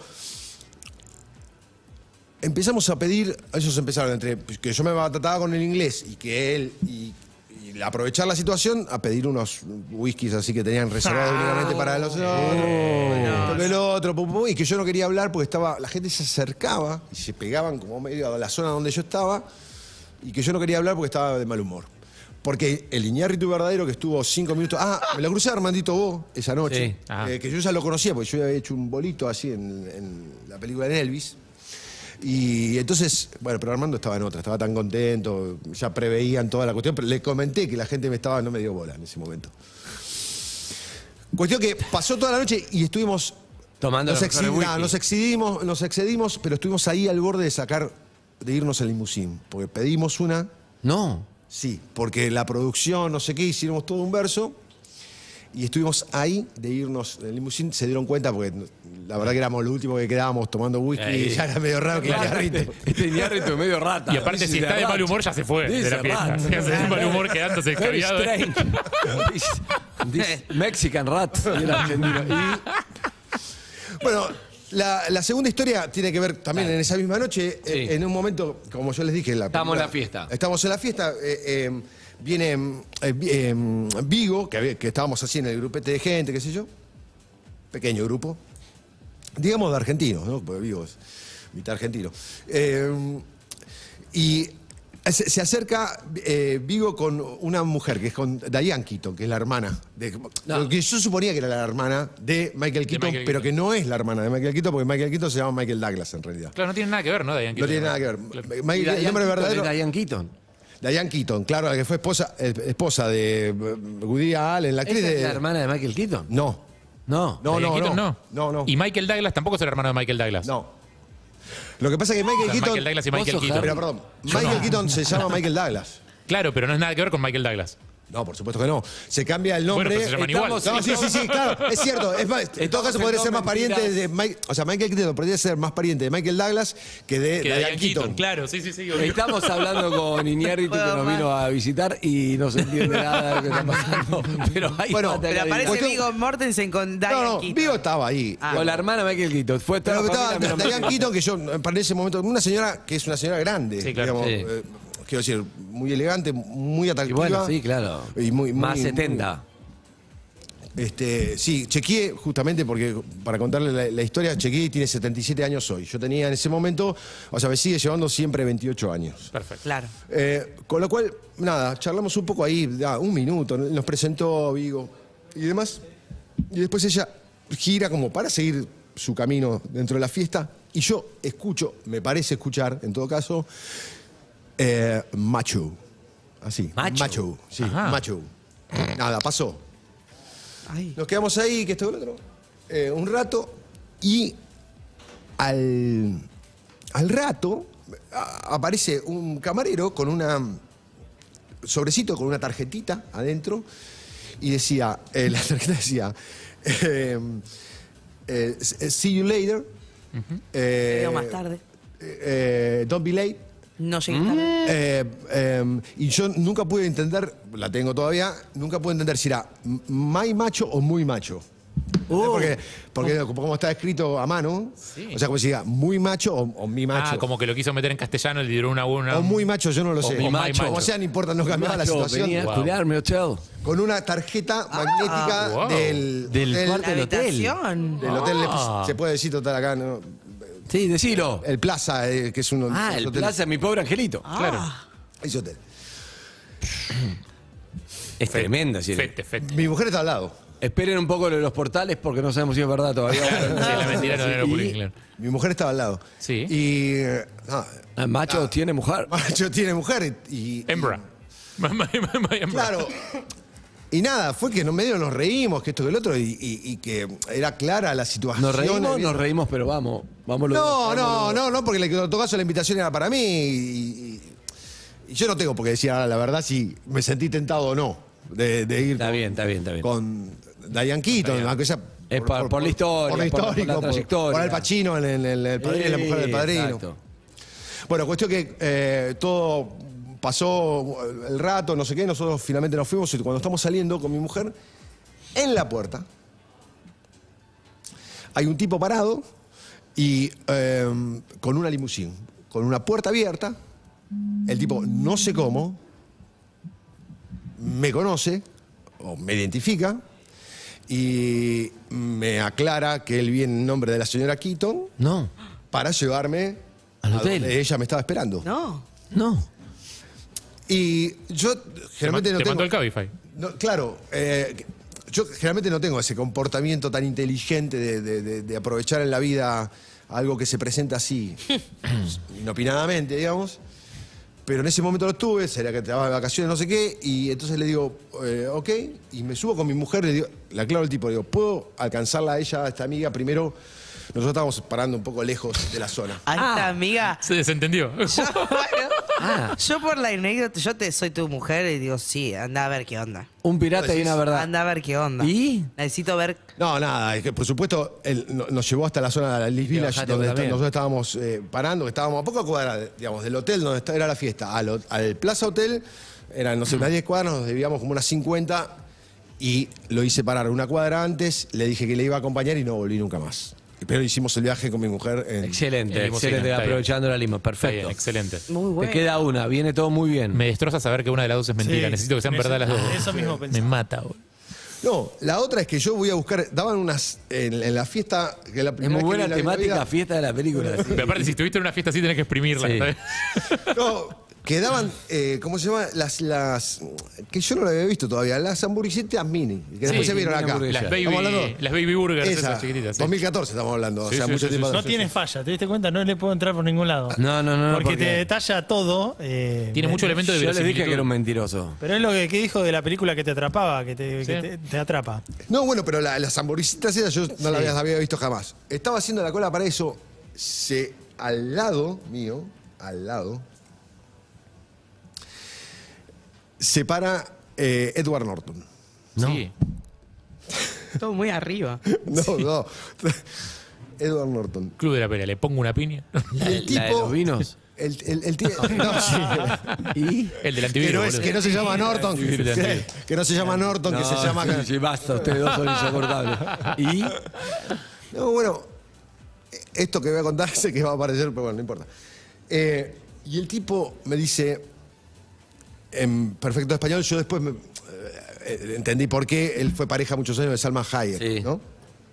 empezamos a pedir, ellos empezaron entre pues, que yo me trataba con el inglés y que él y, y aprovechar la situación a pedir unos whiskies así que tenían reservado únicamente para los otros, el otro, pum, pum, y que yo no quería hablar porque estaba la gente se acercaba y se pegaban como medio a la zona donde yo estaba y que yo no quería hablar porque estaba de mal humor. Porque el Iñárritu verdadero que estuvo cinco minutos. Ah, me lo crucé a Armandito Bo esa noche.
Sí,
ah.
eh, que yo ya lo conocía porque yo había hecho un bolito así en, en la película de Elvis. Y entonces, bueno, pero Armando estaba en otra, estaba tan contento, ya preveían toda la cuestión, pero le comenté que la gente me estaba, no me dio bola en ese momento. Cuestión que pasó toda la noche y estuvimos.
Tomando
nos,
los mejores
exhi-
whisky.
nah, nos excedimos, nos excedimos, pero estuvimos ahí al borde de sacar, de irnos al limusín. Porque pedimos una, sí, porque la producción, no sé qué, hicimos todo un verso. Y estuvimos ahí de irnos del limusín, se dieron cuenta porque la verdad que éramos lo último que quedábamos tomando whisky y ya era medio raro que el carrito.
Este Iñárritu es medio rata.
Y aparte,
Dice
si está de
rat.
mal humor, ya se fue de
Dice
la fiesta.
rat.
Ya se [laughs] de mal humor quedándose
Very
extraviado.
strange. This-
[laughs]
this Mexican rat. Y el argentino. Y-
Bueno, la, la segunda historia tiene que ver también en esa misma noche.
Sí.
eh, En un momento, como yo les dije, la
Estamos en la
película-
fiesta.
Estamos en la fiesta. eh, eh, viene mm, eh, vi- eh, mm, Vigo, que, había- que estábamos así en el grupete de gente, qué sé yo. Pequeño grupo. Digamos de argentinos, ¿no? Porque Vigo es mitad argentino. Eh, y se, se acerca eh, Vigo con una mujer, que es con Diane Keaton, que es la hermana. De, lo que yo suponía que era la hermana de Michael Keaton,
Michael
pero
Keaton.
que no es la hermana de Michael Keaton, porque Michael Keaton se llama Michael Douglas en realidad.
Claro, no tiene nada que ver, ¿no, Dayan?
No tiene nada que ver. Ma-
y
el
Diane
nombre
Keaton
verdadero.
es Diane Keaton.
Diane Keaton, claro, la que fue esposa, eh, esposa de eh, Woody Allen, la actriz
¿Esa
de.
es la hermana de Michael Keaton?
No,
No.
no, no, no.
no.
No, no.
Y Michael Douglas tampoco es el hermano de Michael Douglas.
No. Lo que pasa es que Michael
O sea,
Keaton.
Michael Douglas y
vos
Michael
sos
Keaton.
Pero perdón, Michael Keaton se llama Michael Douglas.
Claro, pero no es nada que ver con Michael Douglas.
No, por supuesto que no. Se cambia el nombre.
Bueno, pero se llaman
Estamos-
igual.
No, sí, sí, sí, claro. Es cierto. Es más, en todo
Estamos
caso
en
podría
dos
ser más pariente
mentiras.
de Mike. O sea, Michael Keaton podría ser más pariente de Michael Douglas que de
Que
Diane
Dayan
Keaton.
Keaton, claro, sí, sí, sí. obvio.
Estamos hablando con Iñárritu que nos vino a visitar y no se entiende nada de lo que
[laughs]
está pasando. Pero ahí
Bueno,
está
Pero
la
aparece
Cuestión-
Vigo Mortensen con Diane
No, no,
Keaton.
Vigo estaba ahí.
Ah,
vida. Con la hermana Michael Keaton. Fue toda
Ah. Pero
la
estaba
familia menos
Diane
Michael
Keaton, que yo para ese momento, una señora que es una señora grande,
Sí, claro.
digamos,
Sí.
eh, quiero decir, muy elegante, muy
Y
atractiva.
bueno, sí, claro.
Y muy, muy-
Más
muy-
70.
Este, sí, chequeé justamente porque para contarle la, la historia, chequeé y tiene 77 años hoy. Yo tenía en ese momento, o sea, me sigue llevando siempre 28 años.
Perfecto.
Claro.
Eh, con lo cual, nada, charlamos un poco ahí, da, un minuto, nos presentó Vigo y demás. Y después ella gira como para seguir su camino dentro de la fiesta. Y yo escucho, me parece escuchar, en todo caso, eh, macho. Así.
Macho.
sí,
Ajá.
macho. Nada, pasó.
Ay.
Nos quedamos ahí, que esto el otro, eh, un rato, y al, al rato a- aparece un camarero con una sobrecito, con una tarjetita adentro, y decía, eh, la tarjeta decía, eh, eh, see you later, eh,
Te veo más tarde.
eh, don't be late,
No
¿Mm?
llegué tarde.
eh, eh, y yo nunca pude entender, la tengo todavía, nunca pude entender si era m- my macho o muy macho. ¿Entendés?
Uh.
Porque, porque
Oh.
como como está escrito a mano, o sea, como si diga muy macho o, o mi macho.
Ah, como que lo quiso meter en castellano, le tiró una una.
o muy macho, yo no lo
o
sé.
mi macho.
Como sea, no importa, no cambiaba la
Macho,
situación.
Venía a
Wow.
estudiarme, hotel.
Con una tarjeta magnética
wow.
del,
Del
hotel-
cuarto
La
del hotel.
habitación.
del hotel,
Ah.
se puede decir total acá, ¿no?
Sí, decilo.
El Plaza, eh, que es uno
Ah, el
hotel-
plaza, mi pobre angelito.
Claro.
ese hotel.
Es tremenda, sí.
Fete, fete.
Mi mujer está al lado.
Esperen un poco lo de los portales porque no sabemos si es verdad todavía.
Claro, sí, la mentira no era
Y
bullying, claro.
Mi mujer estaba al lado.
Sí.
Y. eh, nada,
Ah, Macho tiene mujer.
Macho tiene mujer y. y-
[laughs] Hembra.
Claro. Y nada, fue que en medio nos reímos, que esto que el otro, y, y- y que era clara la situación.
Nos reímos,
Evidente-
nos reímos, pero vamos, vamos
No, no, no, no, porque en todo caso la invitación era para mí. "Ah, Y, y- y yo no tengo por qué decir ahora la verdad si me sentí tentado o no. de, de ir
Está bien, está bien, está bien.
con Diane Keaton, aunque sea
Es por- por la historia,
por
por-
lo
por la
histórico, por,
trayectoria.
por Al Pacino en, el- en el padrino, en la mujer del
Sí,
padrino.
exacto.
Bueno, cuestión que eh, todo pasó el rato, no sé qué, nosotros finalmente nos fuimos y cuando estamos saliendo con mi mujer, en la puerta hay un tipo parado y eh, con una limusín, con una puerta abierta, el tipo no sé cómo, me conoce o me identifica y me aclara que él viene en nombre de la señora Keaton
No,
para llevarme
Al
a
hotel.
donde ella me estaba esperando.
No.
no.
Y yo
Te, ma-
generalmente no
te
tengo.
mandó el Cabify.
no, claro, eh, yo generalmente no tengo ese comportamiento tan inteligente de, de- de- de aprovechar en la vida algo que se presenta así, inopinadamente, digamos. Pero en ese momento lo tuve, sería que estaba de vacaciones, no sé qué, y entonces le digo, eh, ok, y me subo con mi mujer, le, digo, le aclaro al tipo, le digo, ¿puedo alcanzarla a ella, a esta amiga? Primero, nosotros estábamos parando un poco lejos de la zona.
A esta amiga.
Se [laughs] desentendió.
Ah. [laughs] Yo, bueno,
Ah.
yo por la anécdota, yo te soy tu mujer y digo, sí, anda a ver qué onda.
Un pirata y una verdad.
Anda a ver qué onda.
¿Y?
Necesito ver.
No, nada, es que, por supuesto, él no- nos llevó hasta la zona de la Liz
te
Village,
bajaste
donde
vos
est-
también.
nosotros estábamos eh, parando, que estábamos a poco cuadras, digamos, del hotel donde esta- era la fiesta, al, ho- al Plaza Hotel, eran, no sé, unas 10 cuadras, nos debíamos como unas 50, y lo hice parar una cuadra antes, le dije que le iba a acompañar y no volví nunca más. Pero hicimos el viaje con mi mujer en...
Excelente,
En limusina,
excelente,
está bien.
aprovechando la lima,
Está
perfecto.
bien, excelente.
Muy bueno.
Te queda una, viene todo muy bien.
[laughs] Me destroza saber que una de las dos es mentira.
Sí,
Necesito que sean
eso-
verdad las dos.
eso mismo
Me
pensaba.
mata, boludo.
No, la otra es que yo voy a buscar, daban unas, en, en la fiesta... Que la
es
primera
muy
vez
buena
que vi en la
temática,
vida-
fiesta de la
[laughs]
película. sí.
Pero aparte, si estuviste en una fiesta así, tenés que exprimirla.
Sí.
¿sabes?
No, quedaban, eh, ¿cómo se llama? Las, las, que yo no las había visto todavía, las hamburguesitas mini, que después se vieron
mini
acá.
hamburguesas.
[laughs] Las
Estamos
baby, las baby burgers,
Esa,
esas chiquititas. sí.
2014 estamos hablando, o
Sí,
sea,
sí,
mucho
sí,
tiempo.
sí,
No
atrás.
tiene falla, ¿te diste cuenta? No le puedo entrar por ningún lado.
No, no, no, no,
Porque, te
porque-
detalla todo. eh,
Tiene
me-
mucho elemento de
Yo le dije
verosimilitud.
que era un mentiroso.
Pero es lo que, que dijo de la película que te atrapaba, que te, que
Sí.
te- te atrapa.
No, bueno, pero la- las hamburguesitas esas yo no las había- las había visto jamás. Estaba haciendo la cola para eso, se, al lado mío, al lado, se para eh, Edward Norton. [laughs]
Sí.
Todo
[laughs]
muy arriba.
No, no. [laughs] Edward Norton.
Club de la pelea, le pongo una piña. [laughs]
Y
La,
el tipo,
la de los
[laughs]
vinos.
El, el,
[laughs]
el tío- no, sí.
¿Y?
El del
que,
antivirus.
no es-
boludo.
que no se llama Norton. Que, que no se llama Norton, que se
No,
llama.
sí, sí, basta, ustedes dos son insoportables. ¿Y?
No, bueno, esto que voy a contar [laughs] sé que va a aparecer, pero bueno, no importa. Eh, y el tipo me dice, en perfecto español, yo después me, eh, entendí por qué él fue pareja muchos años de Salma Hayek,
Sí.
¿no?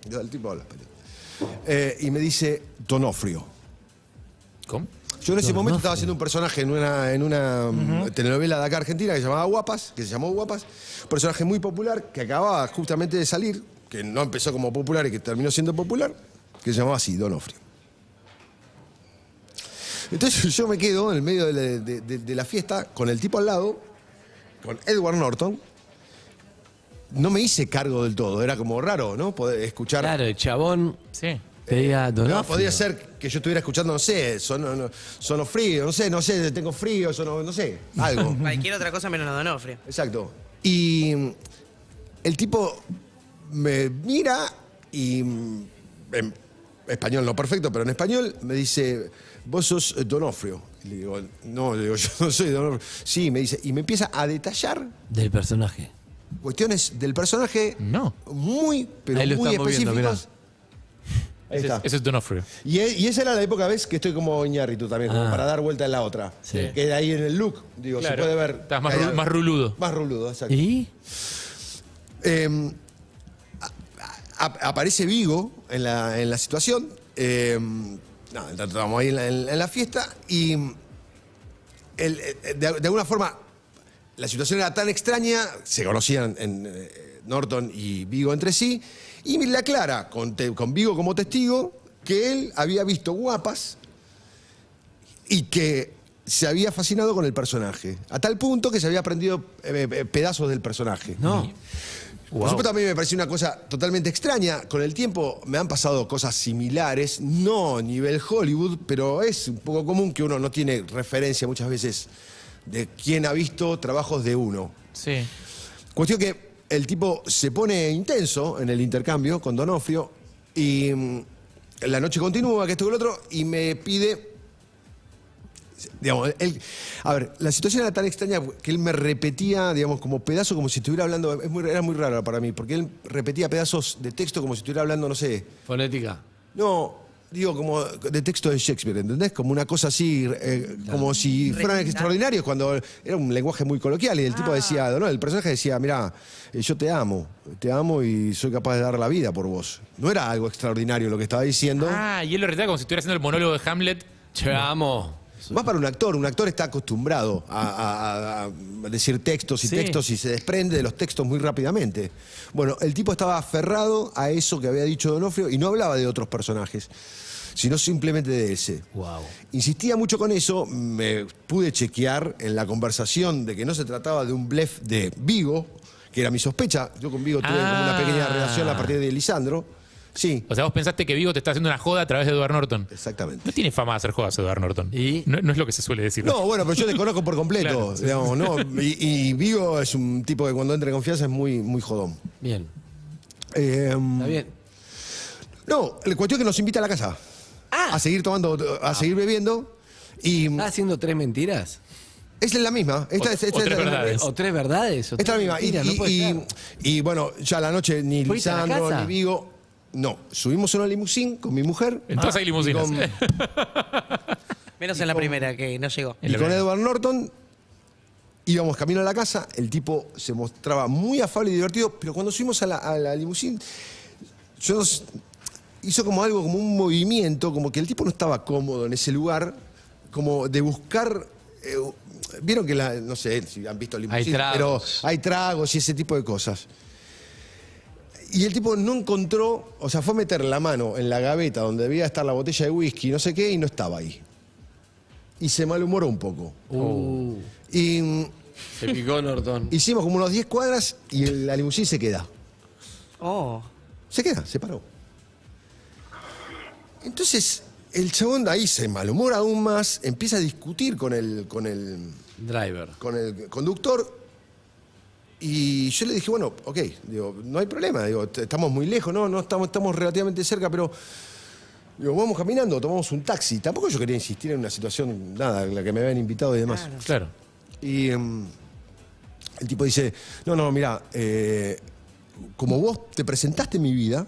Yo, El tipo habla español. Eh, y me dice, Donofrio.
¿Cómo?
Yo en ese momento estaba haciendo un personaje en una, en una mm, telenovela de acá argentina que se llamaba Guapas, que se llamó Guapas, un personaje muy popular que acababa justamente de salir, que no empezó como popular y que terminó siendo popular, que se llamaba así, Donofrio. Entonces [laughs] yo me quedo en el medio de la, de- de- de la fiesta con el tipo al lado, con Edward Norton. No me hice cargo del todo, era como raro, ¿no? Poder escuchar
Claro, el chabón
Sí.
pedía
no,
Donofrio.
podía ser que yo estuviera escuchando, no sé, sono, no, sono frío, no sé, no sé, tengo frío, sono, no sé, algo.
[laughs]
Cualquier otra cosa menos la de Onofre.
Exacto. Y mm, el tipo me mira y mm, en español no perfecto, pero en español me dice, vos sos eh, Donofrio. Y le digo, no, le digo, [laughs] yo no soy Donofrio. Sí, me dice, y me empieza a detallar
Del personaje.
cuestiones del personaje
No.
muy, pero
Ahí lo
muy
está moviendo,
específicas. Ahí
Ese
está.
es, ese es Donofrio.
Y, e- y esa era la época, ¿ves? Que estoy como Iñárritu también, como
Ah.
para dar vuelta en la otra.
Sí.
Que ahí en el look, digo,
Claro.
se puede ver.
Estás más,
Ahí,
ru-
ahí.
más ruludo.
Más ruludo, exacto.
¿Y?
Em, a- a- aparece Vigo en la, en la situación. em, nada, estábamos ahí en la, en- en la fiesta y el- eh, de, de alguna forma la situación era tan extraña, se conocían en, eh, Norton y Vigo entre sí, y la Clara, con, te- con Vigo como testigo, que él había visto guapas y que se había fascinado con el personaje, a tal punto que se había aprendido eh, eh, pedazos del personaje.
No.
Por supuesto, a mí me pareció una cosa totalmente extraña. Con el tiempo me han pasado cosas similares, no a nivel Hollywood, pero es un poco común que uno no tiene referencia muchas veces de quién ha visto trabajos de uno.
Sí.
Cuestión que el tipo se pone intenso en el intercambio con Donofrio y mm, la noche continúa, que esto y el otro, y me pide. Digamos, él- a ver, la situación era tan extraña que él me repetía, digamos, como pedazo, como si estuviera hablando. es muy- era muy raro para mí, porque él repetía pedazos de texto como si estuviera hablando, no sé,
Fonética.
no, digo como de texto de Shakespeare, ¿entendés? Como una cosa así, eh, como si fueran extraordinarios, cuando era un lenguaje muy coloquial y el tipo decía, ¿no? el personaje decía, mira, yo te amo, te amo y soy capaz de dar la vida por vos. No era algo extraordinario lo que estaba diciendo.
Ah, y él lo retira como si estuviera haciendo el monólogo de Hamlet.
Che, amo.
Más para un actor, un actor está acostumbrado a, a- a- a decir textos y
Sí.
textos y se desprende de los textos muy rápidamente. Bueno, el tipo estaba aferrado a eso que había dicho Donofrio y no hablaba de otros personajes, sino simplemente de ese.
Wow.
Insistía mucho con eso, me pude chequear en la conversación de que no se trataba de un blef de Vigo, que era mi sospecha. Yo con Vigo tuve como una
Ah.
pequeña relación a partir de Lisandro. Sí,
O sea, vos pensaste que Vigo te está haciendo una joda a través de Edward Norton.
exactamente.
No tiene fama de hacer jodas Edward Norton.
¿Y?
No, no es lo que se suele decir.
No, bueno, pero yo te conozco por completo,
Claro, sí,
digamos, ¿no? Y, y Vigo es un tipo que cuando entra en confianza es muy, muy jodón.
Bien.
Eh,
Está bien.
No, la cuestión es que nos invita a la casa.
Ah.
Ah,
A seguir tomando,
Ah.
a seguir bebiendo. Y
¿Estás haciendo tres mentiras?
es la misma. Esta,
O-
es- esta
o
es
tres
la-
verdades.
¿O tres verdades? ¿O
Esta es
tres
la misma. Y,
mentiras?
y-
no puede
y-
ser.
y bueno, ya a la noche ni
¿Fuiste a la
Lisandro
casa?
ni Vigo. No, subimos en una limusín con mi mujer
Entonces
Ah,
hay limusinas.
y con-
Menos en la primera, que no llegó.
y
la
con
primera.
Edward Norton. Íbamos camino a la casa, el tipo se mostraba muy afable y divertido, pero cuando subimos a la, a la limusín, yo no s- hizo como algo, como un movimiento, como que el tipo no estaba cómodo en ese lugar, como de buscar. eh, Vieron que, la, no sé si han visto limusín, pero
tragos.
hay tragos y ese tipo de cosas. Y el tipo no encontró, o sea, fue a meter la mano en la gaveta donde debía estar la botella de whisky, no sé qué, y no estaba ahí. Y se malhumoró un poco.
Uh,
Y mm,
se picó Norton.
hicimos como unos 10 cuadras y el- la limusín se queda.
Oh.
Se queda, se paró. Entonces, el chabón ahí se malhumora aún más, empieza a discutir con el, con el,
Driver.
con el conductor. Y yo le dije, bueno, ok, digo, no hay problema, digo, t- estamos muy lejos, no, no estamos, estamos relativamente cerca, pero digo, vamos caminando, tomamos un taxi. Tampoco yo quería insistir en una situación, nada, en la que me habían invitado y demás.
[laughs]
[laughs]
Claro.
Y em, el tipo dice, no, no, mira, eh, como vos te presentaste en mi vida,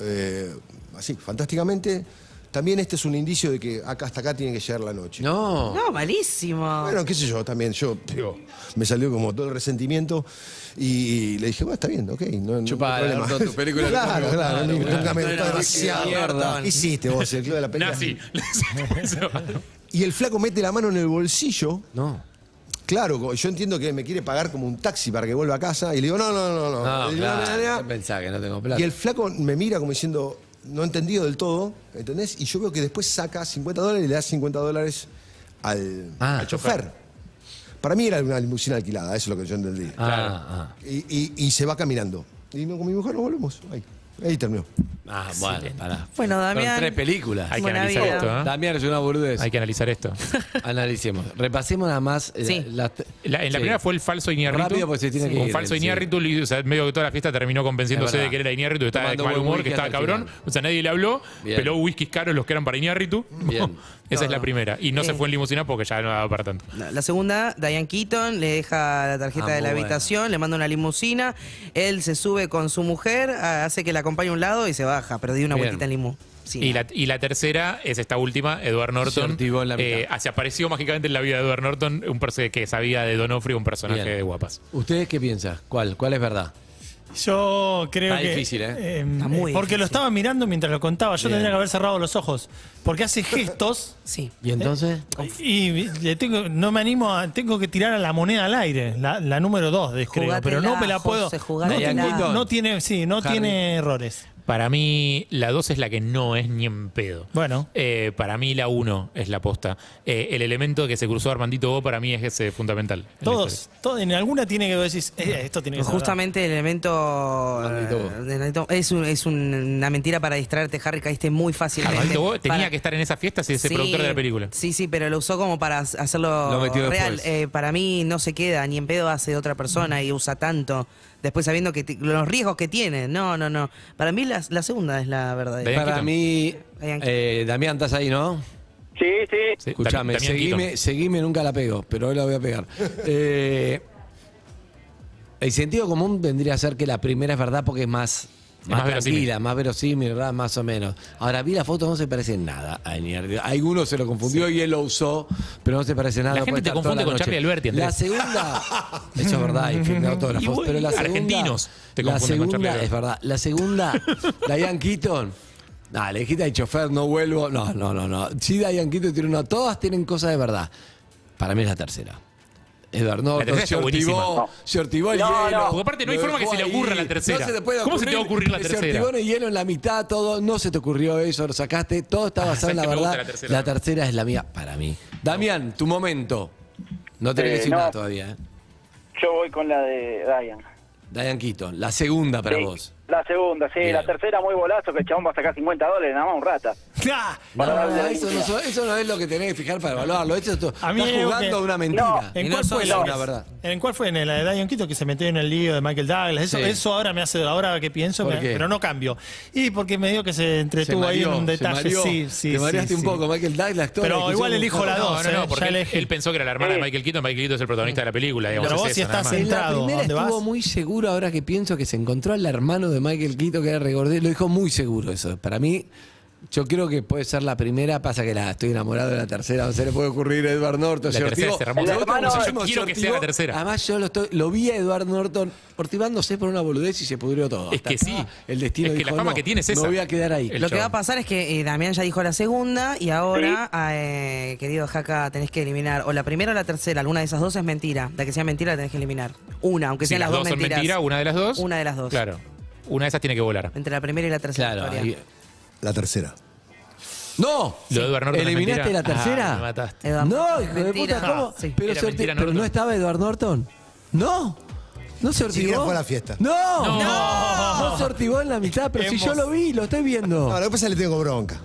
eh, así, fantásticamente, también este es un indicio de que acá hasta acá tiene que llegar la noche.
No.
No, malísimo.
Bueno, qué sé yo, también yo, [laughs] digo, me salió como todo el resentimiento y le dije, bueno, está bien, ok, no, no
Chupa,
hay problema".
Alberto, tu
[laughs]
película.
Claro, claro,
Claro,
no,
claro.
nunca me
Pero
gustó demasiado.
mierda.
¿Qué hiciste vos, el club de la pelea?
Nazi.
Y el flaco mete la mano en el bolsillo
No.
Claro, co- yo entiendo que me quiere pagar como un taxi para que vuelva a casa y le digo, no, no, no, no.
No,
Y le digo, "Na, na, na".
claro. Pensá que no tengo plata.
Y el flaco me mira como diciendo, no he entendido del todo, ¿entendés? Y yo veo que después saca 50 dólares y le da 50 dólares al,
Ah,
al chofer. Para mí era una limusina alquilada, eso es lo que yo entendí.
Ah, ah.
Y, y- y se va caminando. Y no, con mi mujer nos volvemos. Ahí, ahí terminó.
Ah, bueno, pará.
Bueno,
Fueron
Damián.
tres películas.
Hay que
Buena
analizar
vida.
esto, ¿eh?
Damián es una boludez.
Hay que analizar esto.
Analicemos. Repasemos nada más. eh,
Sí.
la- la-
La- en la
Sí.
primera fue el falso Iñárritu.
Rápido, porque se tiene que
Un
ir,
falso
sí.
Iñárritu, y, o sea, medio que toda la fiesta terminó convenciéndose
Es
de
verdad.
que él era Iñárritu, que estaba de
Tomando
mal
buen
humor,
whisky
que estaba
hasta el
cabrón.
final.
O sea, nadie le habló,
Bien.
peló whiskies caros los que eran para Iñárritu.
Bien.
[laughs]
Eh.
Esa es
Todo.
la primera. Y no se fue en limusina porque ya no daba para tanto.
La, la segunda, Diane Keaton le deja la tarjeta
Ah,
de la
muy
habitación, le manda una limusina, él se sube con su mujer, a- hace que la acompañe a un lado y se baja, pero dio una
Bien.
vueltita en limusina.
Y la, y la tercera es esta última, Edward
Se
Norton.
activó en la mitad.
ah, se apareció mágicamente en la vida de Edward Norton, un personaje que sabía de Donofrio, un personaje
Bien.
de guapas.
¿Ustedes qué piensan? ¿Cuál? ¿Cuál es verdad?
Yo creo
Está
que.
difícil, ¿eh?
Está muy
porque
difícil.
lo estaba mirando mientras lo contaba. Yo
Bien.
tendría que haber cerrado los ojos.
[laughs]
Porque hace gestos.
Sí.
¿Y entonces?
Eh,
Y le tengo, no me animo a. Tengo que tirar a la moneda al aire, la, la número 2 de creo,
Jugátela,
pero no me la puedo.
José,
no,
jugátela.
tengo- no tiene, sí, no
Harry.
tiene errores.
Para mí, la 2 es la que no es ni en pedo.
Bueno.
Eh, para mí, la 1 es la posta. Eh, el elemento que se cruzó Armandito vos para mí es ese fundamental. en la
Todos,
historia.
todos, en alguna tiene que decir, esto tiene que ser.
Justamente el elemento eh, de Nanito es, un- es una mentira para distraerte, Harry, caíste muy fácilmente.
Armandito Ah, vos tenía
Para-
que estar en esa fiesta si es el
Sí,
productor de la película.
Sí, sí, pero lo usó como para ha- hacerlo
Lo metió
real.
después.
Eh, para mí no se queda, ni en pedo hace de otra persona y usa tanto. Después sabiendo que ti- los riesgos que tiene. No, no, no. Para mí la, la segunda es la verdadera.
Diane
Para
Keaton.
mí,
Diane
eh, Damián, estás ahí, ¿no?
Sí, sí.
Sí,
Escuchame,
Dami- Damián
seguime,
Keaton.
seguime, nunca la pego, pero hoy la voy a
[laughs]
pegar. Eh, el sentido común vendría a ser que la primera es verdad porque es más,
Es
más,
más verosímil.
tranquila, más verosímil, ¿verdad? Más o menos. Ahora, vi la foto, no se parece en nada a Iñárritu. Alguno se lo confundió y él lo usó, pero no se parece en nada.
La gente
puede
te
estar toda
confunde
la
con
noche.
Charlie Alberti, Andrés.
La
[laughs]
segunda, eso es verdad, y firme autógrafos,
Y vos,
pero la segunda...
argentinos te
la
confunden con Charlie
segunda,
Alberti.
es verdad, la segunda,
[laughs]
Diane Keaton... Nah, le dijiste al chofer, no vuelvo. No, no, no, no. Sí, Diane Keaton tiene una. Todas tienen cosas de verdad. Para mí es la tercera. Es verdad, no,
La tercera está buenísima.
no, se ortivó el
No,
hielo.
no.
Porque aparte no hay
Lo
forma que
dejó
se le
ahí.
ocurra la tercera.
No se te puede
¿Cómo se te va a ocurrir la
Se
tercera?
ortivó en el hielo en la mitad, todo. No se te ocurrió eso, lo sacaste. Todo está
Ah,
basado en
¿sabes
la
que me
verdad.
gusta la tercera?
es la mía para mí. Damián, tu momento. No tenés que
Eh,
decir
no.
nada todavía. ¿eh?
Yo voy con la de Diane.
Diane Keaton, la segunda para
Sí,
vos.
La segunda, sí.
Bien.
La tercera muy bolazo, que el chabón va a sacar 50 dólares, nada más un rata.
[laughs] ¡Ah!
Para
No,
darle la
eso, no,
dignidad.
so- eso no es lo que tenés que fijar para evaluarlo. Eso es tu-
A mí
estás
es lo
jugando
que-
a una mentira.
¿En
Y
cuál,
no
fue
son
la,
los-
La verdad.
¿En cuál fue? En la de Dion Quito que se metió en el lío de Michael Douglas. Eso,
Sí.
eso ahora me hace, ahora que pienso,
¿Por
me-
qué?
pero no cambio. Y porque me digo que se
Se
entretuvo ahí en
mareó,
un
se
detalle.
mareó.
Sí, sí,
Te
sí,
mareaste un
sí.
poco, Michael Douglas. toda la
Pero
discusión
igual
con-
elijo la
No,
dos,
no, no,
eh,
porque
ya
él,
elegí. Eh.
él pensó que era la hermana de Michael Keaton. Michael Keaton es el protagonista de la película. Digamos,
Pero
es
vos si
esa, nada más.
estás
En la
centrado,
primera
¿dónde
estuvo
vas?
muy seguro, ahora que pienso que se encontró al hermano de Michael Quito, que era regordé, lo dijo muy seguro eso. Para mí, yo creo que puede ser la primera, pasa que la estoy enamorado de la tercera, no se le puede ocurrir a Edward Norton.
La
se
tercera
ortivó.
es hermosa.
Me gusta
Hermano,
cómo
yo
decimos,
quiero
se
que sea
ortivó.
la tercera.
Además, yo lo, estoy- lo vi a Edward Norton ortivándose por una boludez y se pudrió todo.
Es
Hasta
que
acá,
sí.
El destino
Es que
dijo,
la fama
"No,
que tiene es esa".
Me voy a quedar ahí.
El
Lo que va a
chabón.
pasar es que eh, Damián ya dijo la segunda y ahora, eh, querido Jaca, tenés que eliminar o la primera o la tercera. Alguna de esas dos es mentira. La que sea mentira la tenés que eliminar. Una, aunque
Si
sean
las dos son
mentiras.
mentira, una de las dos.
Una de las dos.
Claro. Una de esas tiene que volar.
Entre la primera y la tercera.
Claro,
historia.
ahí-
La tercera.
No,
Lo de Edward Norton es
eliminaste la
mentira.
tercera.
Ah, me mataste.
Edward
no,
Norton,
hijo de
mentira.
puta, ¿cómo?
Sí.
Pero,
Era
se orti-
mentira,
pero no
Norton.
estaba Edward Norton. No, no se ortivó.
siquiera fue a la fiesta.
No,
No.
no, se ortivó en la mitad, pero si yo
Hemos-
lo vi, lo estoy
Oh.
viendo.
No, lo que pasa es que le tengo bronca.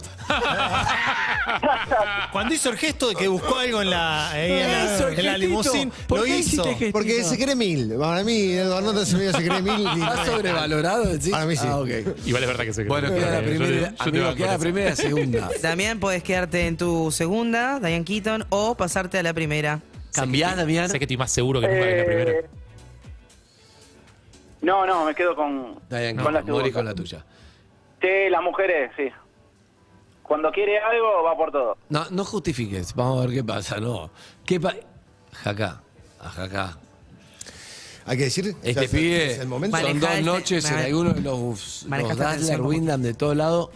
Cuando hizo el gesto de que buscó algo en la, ahí en la,
Eso, el
en la
gestito.
limusín,
¿Por
lo
qué
hizo.
hiciste gestito?
Porque se cree mil. Para mí, Eduardo Norton se medio se
[laughs]
cree mil. y-
¿Está sobrevalorado? ¿sí?
Para mí sí.
Ah, ok.
Igual es verdad que se
Bueno,
Yo
queda la
te- yo
primera,
te
amigo,
banco
queda la
esa.
primera y la
[laughs]
segunda.
Damián, podés quedarte en tu segunda, Diane Keaton, o pasarte a la primera.
¿Cambiás, Damián?
Sé que estoy más seguro que nunca que la primera.
Eh, No, no, me quedo con,
Diane,
con la
no, morí
segunda.
con la tuya.
Sí, las mujeres, sí. Cuando quiere algo, va por todo.
No, no justifiques. Vamos a ver qué pasa, no. ¿Qué pasa? Jacá, a Jacá.
Hay que decir.
Este
o sea,
pide
es el momento.
Vale.
son
Maneja
dos
este-
noches en
mane-
alguno de los,
maneja
los
esta
Dazzler,
tensión como-
Wyndham de todo lado.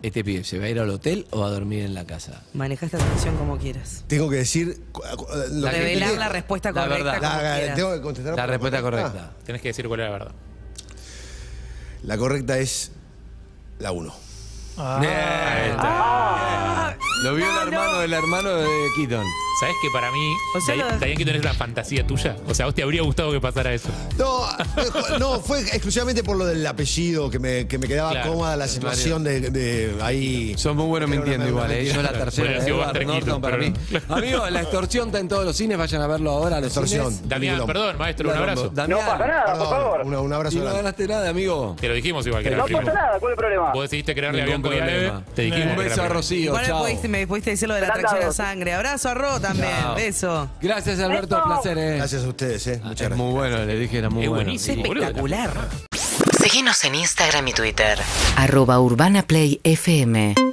Este pibe se va a ir al hotel o va a dormir en la casa.
Maneja esta atención como quieras.
Tengo que decir. cu- cu- Lo que
Revelar
quería-
la respuesta
La
correcta.
verdad.
como
La,
quieras.
tengo que contestar
La
por
respuesta correcta.
Tenés que decir cuál era la verdad.
Ah, La correcta es la 1.
Ahí está. Lo vio
Ah,
el hermano del hermano de Keaton.
¿Sabés que para mí,
O sea,
Day-
lo de-
Diane Keaton es la fantasía tuya? O sea, ¿a vos te habría gustado que pasara eso?
No, eh, no, fue exclusivamente por lo del apellido que me, que me quedaba
Claro.
cómoda la situación de, de ahí.
Son muy buenos
Pero no,
mintiendo
no,
igual,
no,
¿eh?
mentira.
Yo la tercera
Bueno,
de
si vos
Edward
tenés
Norton
Keaton,
para mí.
pero
Amigo, la extorsión está en todos los cines, vayan a verlo ahora a los
Extorsión.
cines.
Damián,
Peliculón.
perdón, maestro, un abrazo.
No
Damián,
pasa nada, por favor.
Perdón, un, un abrazo
Y no
grande.
ganaste nada, amigo.
Te lo dijimos igual que era
No
la
pasa
primera.
nada, ¿cuál es el problema?
Vos decidiste creerle a
Ningún
Bianco y a Eve.
problema.
Te dijimos
Un
que era
beso
la
a
primera.
Rocío,
Igual me
chao.
pudiste- me pudiste decir lo de la
Plata
atracción a
dos.
sangre. Abrazo a Ro también.
Chao.
Beso.
Gracias, Alberto, un placer, eh.
Gracias a ustedes, ¿eh? Muchas
Es
gracias.
muy bueno, le dije, era muy
Es
bueno.
buenísimo, boludo.
Espectacular.
Seguinos en Instagram y Twitter.
Arroba Urbana Play FM.